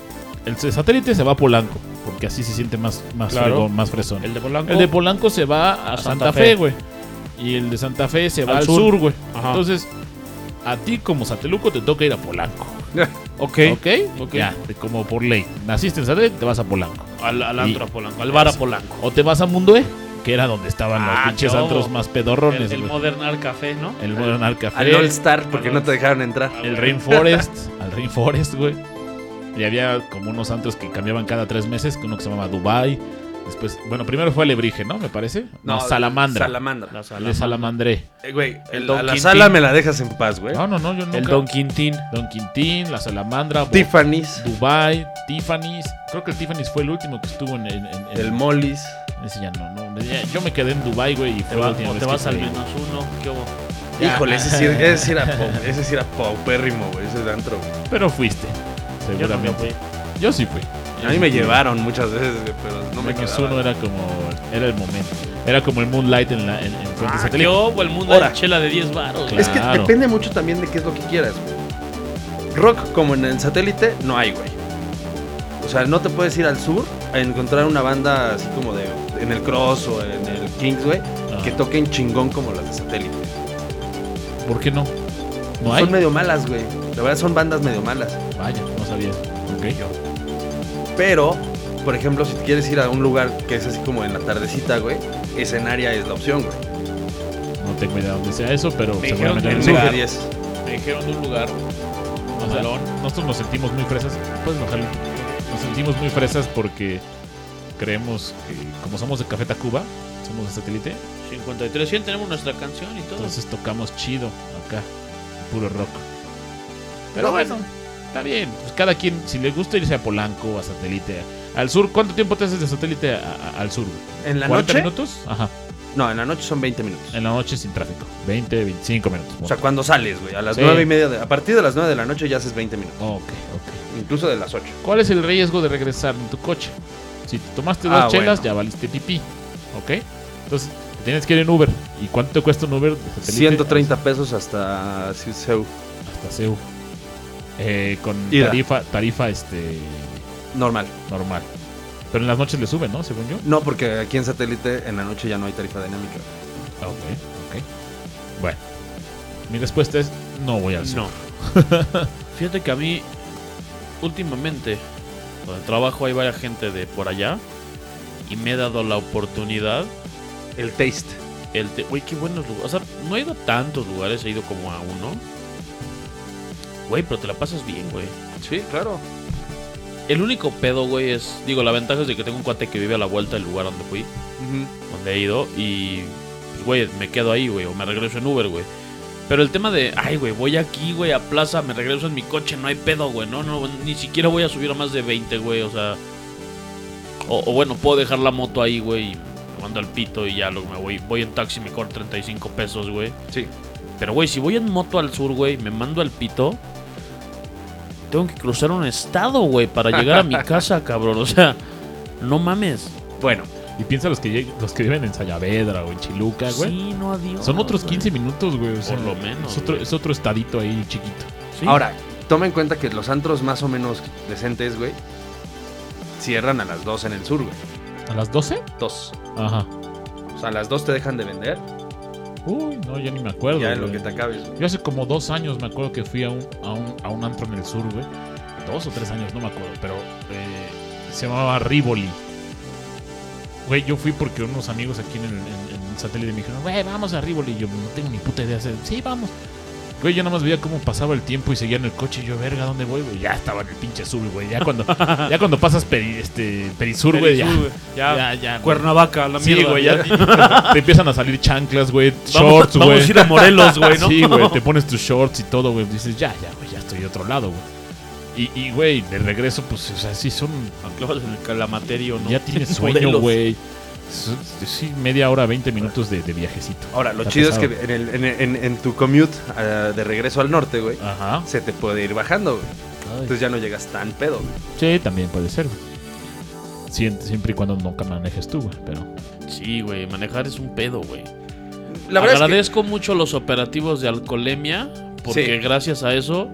el s- satélite se va a Polanco, porque así se siente más, más,
Claro.
fregón, más fresón.
El
El,
de Polanco.
de Polanco se va a, Santa,
Santa
Fe,
Fe.
güey. Y el de Santa Fe se va
Al
al
sur.
sur, güey.
Ajá.
Entonces, a ti como sateluco te toca ir a Polanco.
ok.
¿Ok? Ya, de- como por ley. Naciste en Sadre, te vas a Polanco.
Al, al
Y-
antro a Polanco, al bar a Polanco.
O te vas a Mundoe, que era donde estaban
Ah,
los pinches
no.
antros más
El,
pedorrones.
el
güey.
Modern Art Café, ¿no?
El, Modern Art Café,
Al All Star, porque
Al
no te dejaron entrar.
Ah,
el
güey.
Rainforest, al Rainforest, güey. Y había como unos antros que cambiaban cada tres meses, que uno que se llamaba Dubai. Después, bueno, primero fue Alebrije, ¿no? Me parece. No, Salamandra.
Salamandra.
El de Salamandré.
Eh, güey,
El
el-
Don
a la
Quintín.
sala me la dejas en paz, güey.
No, no, no, yo nunca.
El Don Quintín.
Don Quintín, la Salamandra, Bo-
Tiffany's,
Dubai, Tiffany's. Creo que el Tiffany's fue el último que estuvo en, en- en- en-
el Mollis.
Ese ya no, no. me- ya- Yo me quedé en Dubai, güey, y
Te
fue la
vas,
última
o
vez
te
que
vas al
fui.
menos uno. ¿Qué hubo?
Ya.
Híjole, ese sí, ese sí era, pau- ese sí era paupérrimo, güey, ese de antro. güey.
Pero fuiste,
Yo también
seguramente.
fui.
Yo, sí fui.
A mí me llevaron muchas veces, güey, pero no me
menos
quedaba.
uno era como. Era el momento. Era como el Moonlight en la. En, en Fuente
Ah, ¿Qué
Satélite.
hubo? El mundo
Ahora.
de chela de 10 baros.
Claro.
Es que depende mucho también de qué es lo que quieras, güey. Rock, como en el satélite, no hay, güey. O sea, no te puedes ir al sur a encontrar una banda así como de. en el Cross o en el Kings, güey,
Ah.
que toquen chingón como las de satélite.
¿Por qué no? No hay.
Son medio malas, güey. La verdad son bandas medio malas.
Vaya, no sabía. Ok.
Pero, por ejemplo, si quieres ir a un lugar que es así como en la tardecita, güey, escenaria es la opción, güey.
No tengo idea dónde sea eso, pero
Me dijeron
seguramente
que
en
En
el
no.
sur.
lugar.
sugeries.
Me dijeron de un lugar.
O sea, nosotros nos sentimos muy fresas. Puedes bajarlo. Nos sentimos muy fresas porque creemos que, como somos de Café Tacuba, somos de satélite,
53 100 tenemos nuestra canción y todo.
Entonces tocamos chido acá, puro rock. Pero bueno, está bien. Pues cada quien, si le gusta irse a Polanco, a satélite, a- al sur, ¿cuánto tiempo te haces de satélite a- a- al sur? güey?
¿En la
¿40
noche?
minutos? Ajá.
No, en la noche son 20 minutos.
En la noche sin tráfico. 20, 25 minutos.
O sea, cuando sales, güey, a las
Sí.
nueve y media, de- a partir de las 9 de la noche ya haces 20 minutos,
ok, ok.
incluso de las 8.
¿Cuál es el riesgo de regresar en tu coche? Si te tomaste dos
Ah,
chelas,
bueno.
ya valiste pipí. ¿Ok? Entonces, tienes que ir en Uber. ¿Y cuánto te cuesta un Uber? de satélite
130 pesos hasta Seu.
Hasta Seúl. Eh, con
Ida.
tarifa, tarifa este
Normal.
normal. Pero en las noches le suben, ¿no? Según yo.
No, porque aquí en satélite en la noche ya no hay tarifa dinámica.
Ah, ok, ok. Bueno, mi respuesta es no voy al sur.
No. Fíjate que a mí, últimamente, donde trabajo hay varias gente de por allá. Y me he dado la oportunidad.
El taste.
El te- Uy, qué buenos lugares. O sea, no he ido a tantos lugares, he ido como a uno. Güey, pero te la pasas bien, güey.
Sí, claro.
El único pedo, güey, es. Digo, la ventaja es de que tengo un cuate que vive a la vuelta del lugar donde fui. donde he ido y, pues, güey, me quedo ahí, güey, o me regreso en Uber, güey. Pero el tema de, ay, güey, voy aquí, güey, a plaza, me regreso en mi coche, no hay pedo, güey, no, no, ni siquiera voy a subir a más de 20, güey, o sea, O, o bueno, puedo dejar la moto ahí, güey. y Me mando al pito y ya luego me voy. Voy en taxi, me cobro 35 pesos, güey.
Sí.
Pero, güey, si voy en moto al sur, güey, me mando al pito. Tengo que cruzar un estado, güey, para llegar a mi casa, cabrón. O sea, no mames.
Bueno,
Y piensa los que, lleg- los que viven en Sayavedra o en Chiluca, güey.
Sí, no, adiós.
Son otros
güey.
15 minutos, güey. o sea,
lo menos,
Es otro,
güey.
es otro estadito ahí chiquito.
Sí.
ahora, toma en cuenta que los antros más o menos decentes, güey, cierran a las 2 en el sur, güey.
¿A las 12?
2.
Ajá.
O sea, a las 2 te dejan de vender.
Uy, no, ya ni me acuerdo.
ya en lo
güey.
que te acabes, güey.
Yo hace como dos años me acuerdo que fui a un, a un, a un antro en el sur, güey. Dos o tres años, no me acuerdo, pero eh, se llamaba Rivoli. Güey, yo fui porque unos amigos aquí en el, en- en el satélite me dijeron, güey, vamos a Rivoli. Yo no tengo ni puta idea. Sí, vamos. Güey, yo nada más veía cómo pasaba el tiempo y seguía en el coche. Y yo, verga, ¿dónde voy, güey? Ya estaba en el pinche sur, güey. Ya cuando, ya cuando pasas peri- este, Perisur, güey, ya,
Perisur, güey.
ya,
Ya.
ya, güey.
Cuernavaca, la
Sí,
mierda.
güey, ya te, te empiezan a salir chanclas, güey,
Vamos,
shorts, güey.
vamos a ir a Morelos, güey, ¿no?
Sí, güey, te pones tus shorts y todo, güey. Dices, ya, ya, güey, ya estoy de otro lado, güey. Y- Y, güey, de regreso, pues, o sea, sí son.
Acabas en el calamaterio, ¿no?
Ya tienes sueño,
Morelos.
güey. Son- Sí, media hora, 20 minutos de, de viajecito.
Ahora, lo
Está
chido es
pesado.
que en, el- en, en- en tu commute ah, de regreso al norte, güey,
Ajá.
se te puede ir bajando, güey. Entonces ya no llegas tan pedo, güey.
Sí, también puede ser, güey. Siempre, siempre y cuando nunca manejes tú, güey, pero.
Sí, güey, manejar es un pedo, güey.
La verdad es que-
Agradezco mucho los operativos de alcoholemia porque
Sí.
gracias a eso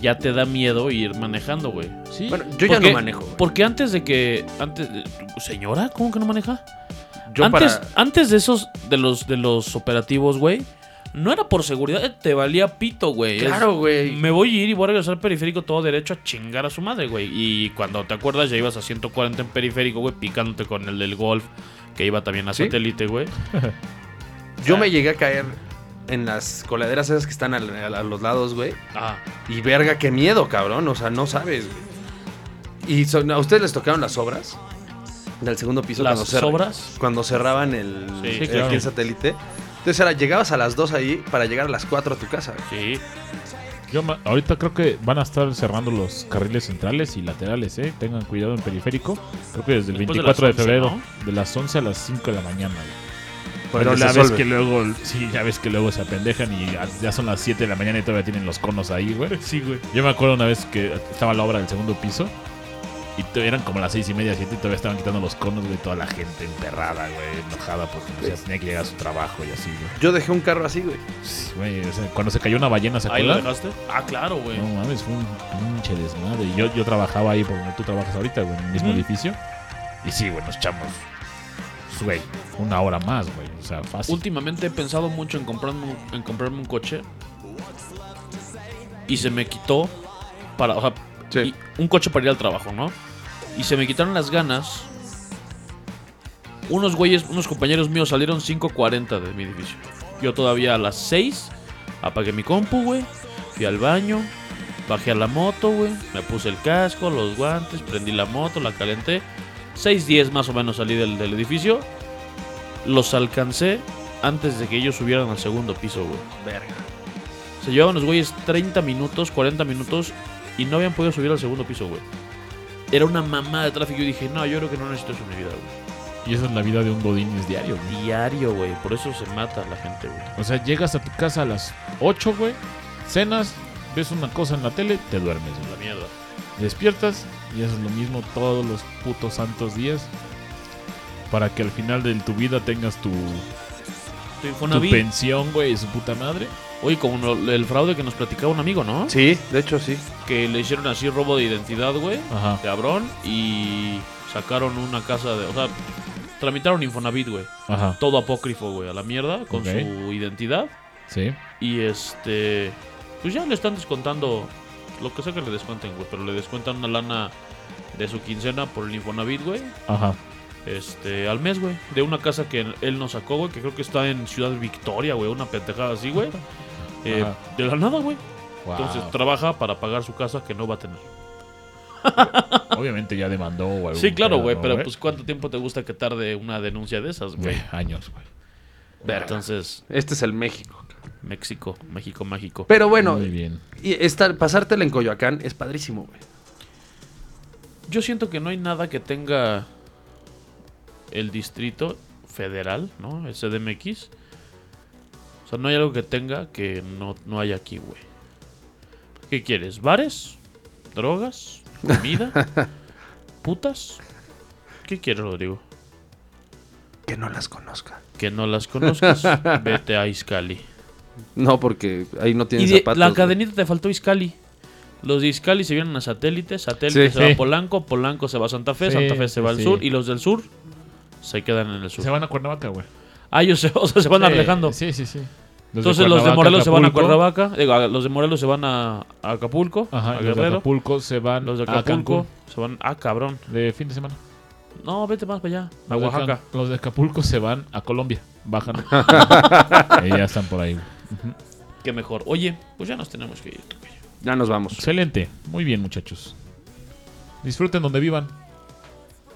ya te da miedo ir manejando, güey. Sí.
Bueno, yo ya
Porque-
no manejo, güey.
Porque antes de que antes de- señora, ¿cómo que no maneja?
Yo
antes
para...
antes de esos de los de los operativos, güey, no era por seguridad, te valía pito, güey. Es-
Claro, güey.
Me voy a ir y voy a regresar al periférico todo derecho a chingar a su madre, güey. Y cuando te acuerdas ya ibas a 140 en periférico, güey, picándote con el del golf, que iba también a
Sí.
satélite, güey. ah.
Yo me llegué a caer en las coladeras esas que están al- al- a los lados, güey.
Ah,
Y verga, qué miedo, cabrón. O sea, no sabes, güey. ¿Y so- a ustedes les tocaron las obras? Del segundo piso.
las
cuando cer-
sobras.
Cuando cerraban el,
Sí,
el-
sí, claro.
aquí el satélite. Entonces era, llegabas a las 2 ahí para llegar a las 4 a tu casa. güey.
Sí.
Yo ma- ahorita creo que van a estar cerrando los carriles centrales y laterales, ¿eh? Tengan cuidado en periférico. Creo que desde el
Después de
24 de,
las 11,
febrero, de las 11 a las 5 de la mañana. güey. Pero
Porque
la
se
ves
solve.
que luego, sí, ya ves que luego se apendejan y ya, ya son las 7 de la mañana y todavía tienen los conos ahí, güey.
Sí, güey.
Yo me acuerdo una vez que estaba la obra del segundo piso y to- eran como las 6 y media, 7 y todavía estaban quitando los conos, güey. Toda la gente emperrada, güey, enojada porque pues, ya tenía que llegar a su trabajo y así, güey.
Yo dejé un carro así, güey.
Güey, o sea, cuando se cayó una ballena, ¿se
¿Ahí lo
acuerdan?
dejaste? Ah, claro, güey.
No mames, fue un pinche desmadre. Y Yo, yo trabajaba ahí por donde tú trabajas ahorita, güey, en el mismo
Ujú.
edificio. Y sí, güey, nos echamos, pues, güey, una hora más, güey. O sea, fácil.
Últimamente he pensado mucho en comprarme, un- en comprarme un coche. Y se me quitó para, o sea,
Sí.
y- un coche para ir al trabajo, ¿no? Y se me quitaron las ganas. Unos güeyes, unos compañeros míos salieron 5.40 de mi edificio. Yo todavía a las 6 apagué mi compu, güey. Fui al baño, bajé a la moto, güey. Me puse el casco, los guantes, prendí la moto, la calenté. 6.10 más o menos salí del, del edificio. Los alcancé antes de que ellos subieran al segundo piso, güey.
Verga.
Se llevaban los güeyes 30 minutos, 40 minutos y no habían podido subir al segundo piso, güey. Era una mamada de tráfico. Yo dije, no, yo creo que no necesito eso en mi vida, güey.
Y esa es la vida de un godines diario, güey.
Diario, güey. Por eso se mata la gente, güey.
O sea, llegas a tu casa a las 8, güey, cenas, ves una cosa en la tele, te duermes,
La
güey.
mierda.
Despiertas y haces lo mismo todos los putos santos días. Para que al final de tu vida tengas tu,
Tu
tu
Infonavit.
pensión, güey, y su puta madre.
Oye, como lo- el fraude que nos platicaba un amigo, ¿no?
Sí, de hecho sí.
Que le hicieron así robo de identidad, güey.
Ajá.
Cabrón. Y sacaron una casa de. O sea, tramitaron Infonavit, güey.
Ajá.
Todo apócrifo, güey. A la mierda. Con
Ok.
su identidad.
Sí.
Y este. Pues ya le están descontando. Lo que sea que le descuenten, güey. Pero le descuentan una lana de su quincena por el Infonavit, güey.
Ajá.
Este, al mes, güey. De una casa que él nos sacó, güey. Que creo que está en Ciudad Victoria, güey. Una pentejada así, güey. Eh,
Ajá.
de la nada, güey.
Wow.
Entonces trabaja para pagar su casa que no va a tener.
Obviamente ya demandó, güey.
Sí,
algún
claro,
pedo, ¿eh?
güey.
¿no,
Pero pues, ¿cuánto tiempo te gusta que tarde una denuncia de esas, güey?
Güey, años, güey.
Entonces,
Este es el México.
México, México, México.
Pero bueno,
Muy bien.
y estar, pasártela en Coyoacán es padrísimo, güey.
Yo siento que no hay nada que tenga el distrito federal, ¿no? El CDMX. O sea, no hay algo que tenga que no, no haya aquí, güey. ¿Qué quieres? ¿Bares? ¿Drogas? ¿Comida? ¿Putas? ¿Qué quieres, Rodrigo?
Que no las conozca.
Que no las conozcas, vete a Iscali.
No, porque ahí no tienen
Y de-
zapatos.
la
güey.
cadenita te faltó Iscali. Los de Iscali se vienen a satélite, satélite
Sí,
se va
sí.
a Polanco, Polanco se va a Santa Fe,
Sí,
Santa Fe se va al
sí.
sur y los del sur se quedan en el sur.
Se van a Cuernavaca, güey.
Ah, ellos se, o sea, se van alejando.
Sí, sí, sí.
Entonces los de Morelos se van a
Cuernavaca.
Cuernavaca, digo, a- los de Morelos se van a, a Acapulco,
Ajá,
a
y los de
Guerrero.
Acapulco se van
los de
a Cancún
Acapulco se van ah cabrón.
de fin de semana.
No, vete más para allá, a
Los de
Oaxaca.
Can- los de Acapulco se van a Colombia. Bajan. y ya están por ahí. güey.
Qué mejor. Oye, pues ya nos tenemos que ir. güey.
Ya nos vamos.
Excelente. Muy bien, muchachos. Disfruten donde vivan.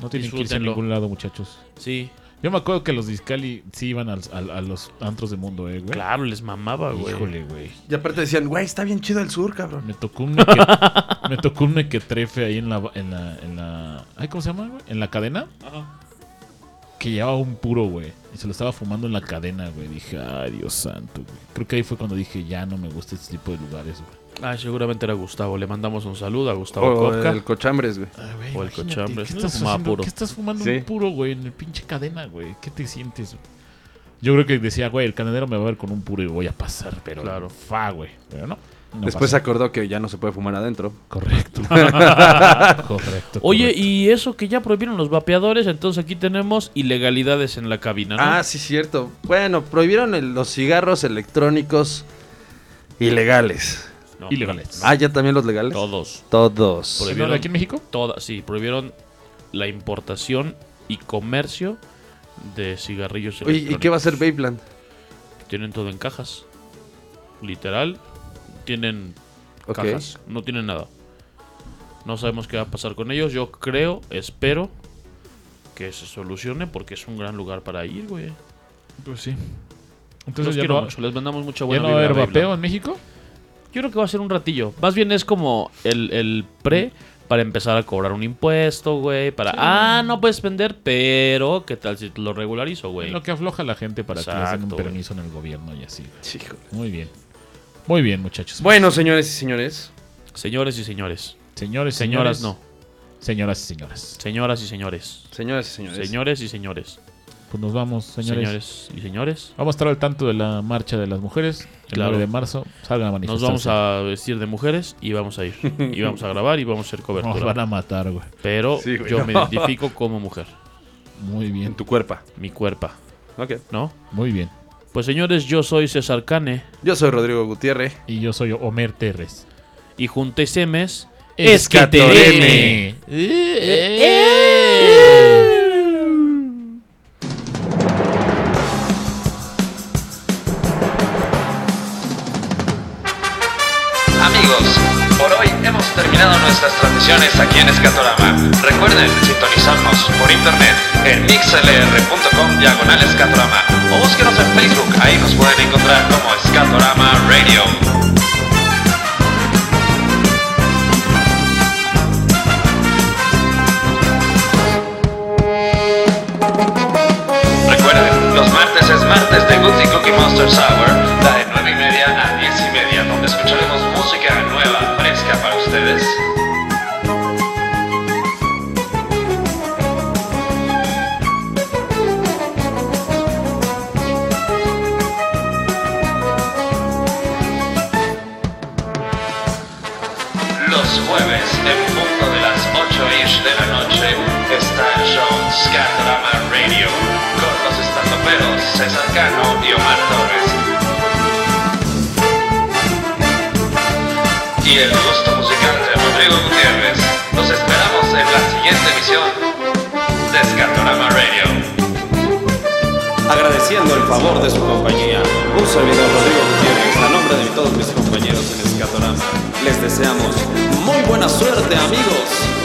No tienen que irse a
Disfrútenlo.
ningún lado, muchachos.
Sí,
Yo me acuerdo que los Discali sí iban al- al- a los antros de mundo, eh, güey.
claro, les mamaba, güey.
Híjole, güey.
Y aparte decían, güey, está bien chido el sur, cabrón.
Me tocó un meque- me tocó un mequetrefe ahí en la en la en la ay, ¿cómo se llama, güey? En la cadena. Que llevaba un puro, güey. Y se lo estaba fumando en la cadena, güey. Dije, ay, Dios santo, güey. Creo que ahí fue cuando dije, ya no me gusta este tipo de lugares, güey.
Ah, seguramente era Gustavo. Le mandamos un saludo a Gustavo
O
Kopka.
el cochambres, güey.
O el
Ah, imagínate,
cochambre. este
¿Qué
No
estás
fumaba
haciendo?
puro.
¿Qué estás fumando
Sí.
un puro, güey? En el pinche cadena, güey. ¿Qué te sientes? güey? Yo creo que decía, güey, el canadero me va a ver con un puro y voy a pasar, pero
Claro.
fa, güey. Pero no. no
Después se
pasó.
acordó que ya no se puede fumar adentro.
Correcto. correcto.
Oye,
correcto.
y eso que ya prohibieron los vapeadores, entonces aquí tenemos ilegalidades en la cabina, ¿no?
Ah, sí, cierto. Bueno, prohibieron el- los cigarros electrónicos ilegales.
No,
ilegales.
Ah, ya también los legales.
Todos.
Todos.
Prohibido.
¿No, de aquí en México?
Todas, sí, prohibieron la importación y comercio de cigarrillos
Oye, ¿y qué va a hacer
electrónicos.
Babeland?
Tienen todo en cajas. Literal, tienen
Ok.
cajas. No tienen nada. No sabemos qué va a pasar con ellos. Yo creo, espero que se solucione porque es un gran lugar para ir, güey.
Pues sí.
Los
Entonces ya
quiero
no,
mucho. Les mandamos mucha
ya
buena
no va a haber
vibra, Babe
vapeo
Blanc.
en México.
Yo creo que va a ser un ratillo. Más bien es como el, el pre para empezar a cobrar un impuesto, güey. Para, ah, no puedes vender, pero ¿qué tal si lo regularizo, güey?
Lo que afloja la gente para que les den un
Exacto, güey.
permiso en el gobierno y así. güey.
Hijo.
Muy bien. Muy bien, muchachos.
Bueno, señores y señores.
Señores y señores.
Señores,
Señoras
señores.
no.
Señoras y señores.
Señoras y señores.
Señoras y señores.
Señores y señores.
Pues nos vamos, señores.
Señores y señores.
Vamos a estar al tanto de la marcha de las mujeres. El
Claro.
9 de marzo. Salgan a
Nos
manifestarse.
vamos a vestir de mujeres y vamos a ir. Y vamos a grabar y vamos a hacer
Nos van
cobertura.
a matar, güey.
Pero
Sí, güey,
yo
no.
me identifico como mujer.
Muy
En
bien.
tu cuerpo.
Mi cuerpo,
Ok.
¿no?
Muy bien.
Pues señores, yo soy César Cane
Yo soy Rodrigo Gutiérrez.
Y yo soy Homer Terres.
y junto a Semes es que te deme.
Amigos, por hoy hemos terminado nuestras transmisiones aquí en Escatorama. Recuerden sintonizarnos por internet en mixlr.com diagonal escatorama o búsquenos en Facebook, ahí nos pueden encontrar como Escatorama Radio. Recuerden, los martes es martes de Gucci Cookie Monster Hour, la de 9 y media a 10 y media, donde escucharemos música nueva, fresca para ustedes. Los jueves, en punto de las 8 de la noche, está el show Scatorama Radio con los estandoperos César Cano y Omar Torres. Y el gusto musical de Rodrigo Gutiérrez. Los esperamos en la siguiente emisión de Scatorama Radio.
Agradeciendo el favor de su compañía, un servidor Rodrigo Gutiérrez, a nombre de todos mis compañeros en Escatorama, les deseamos muy buena suerte, amigos.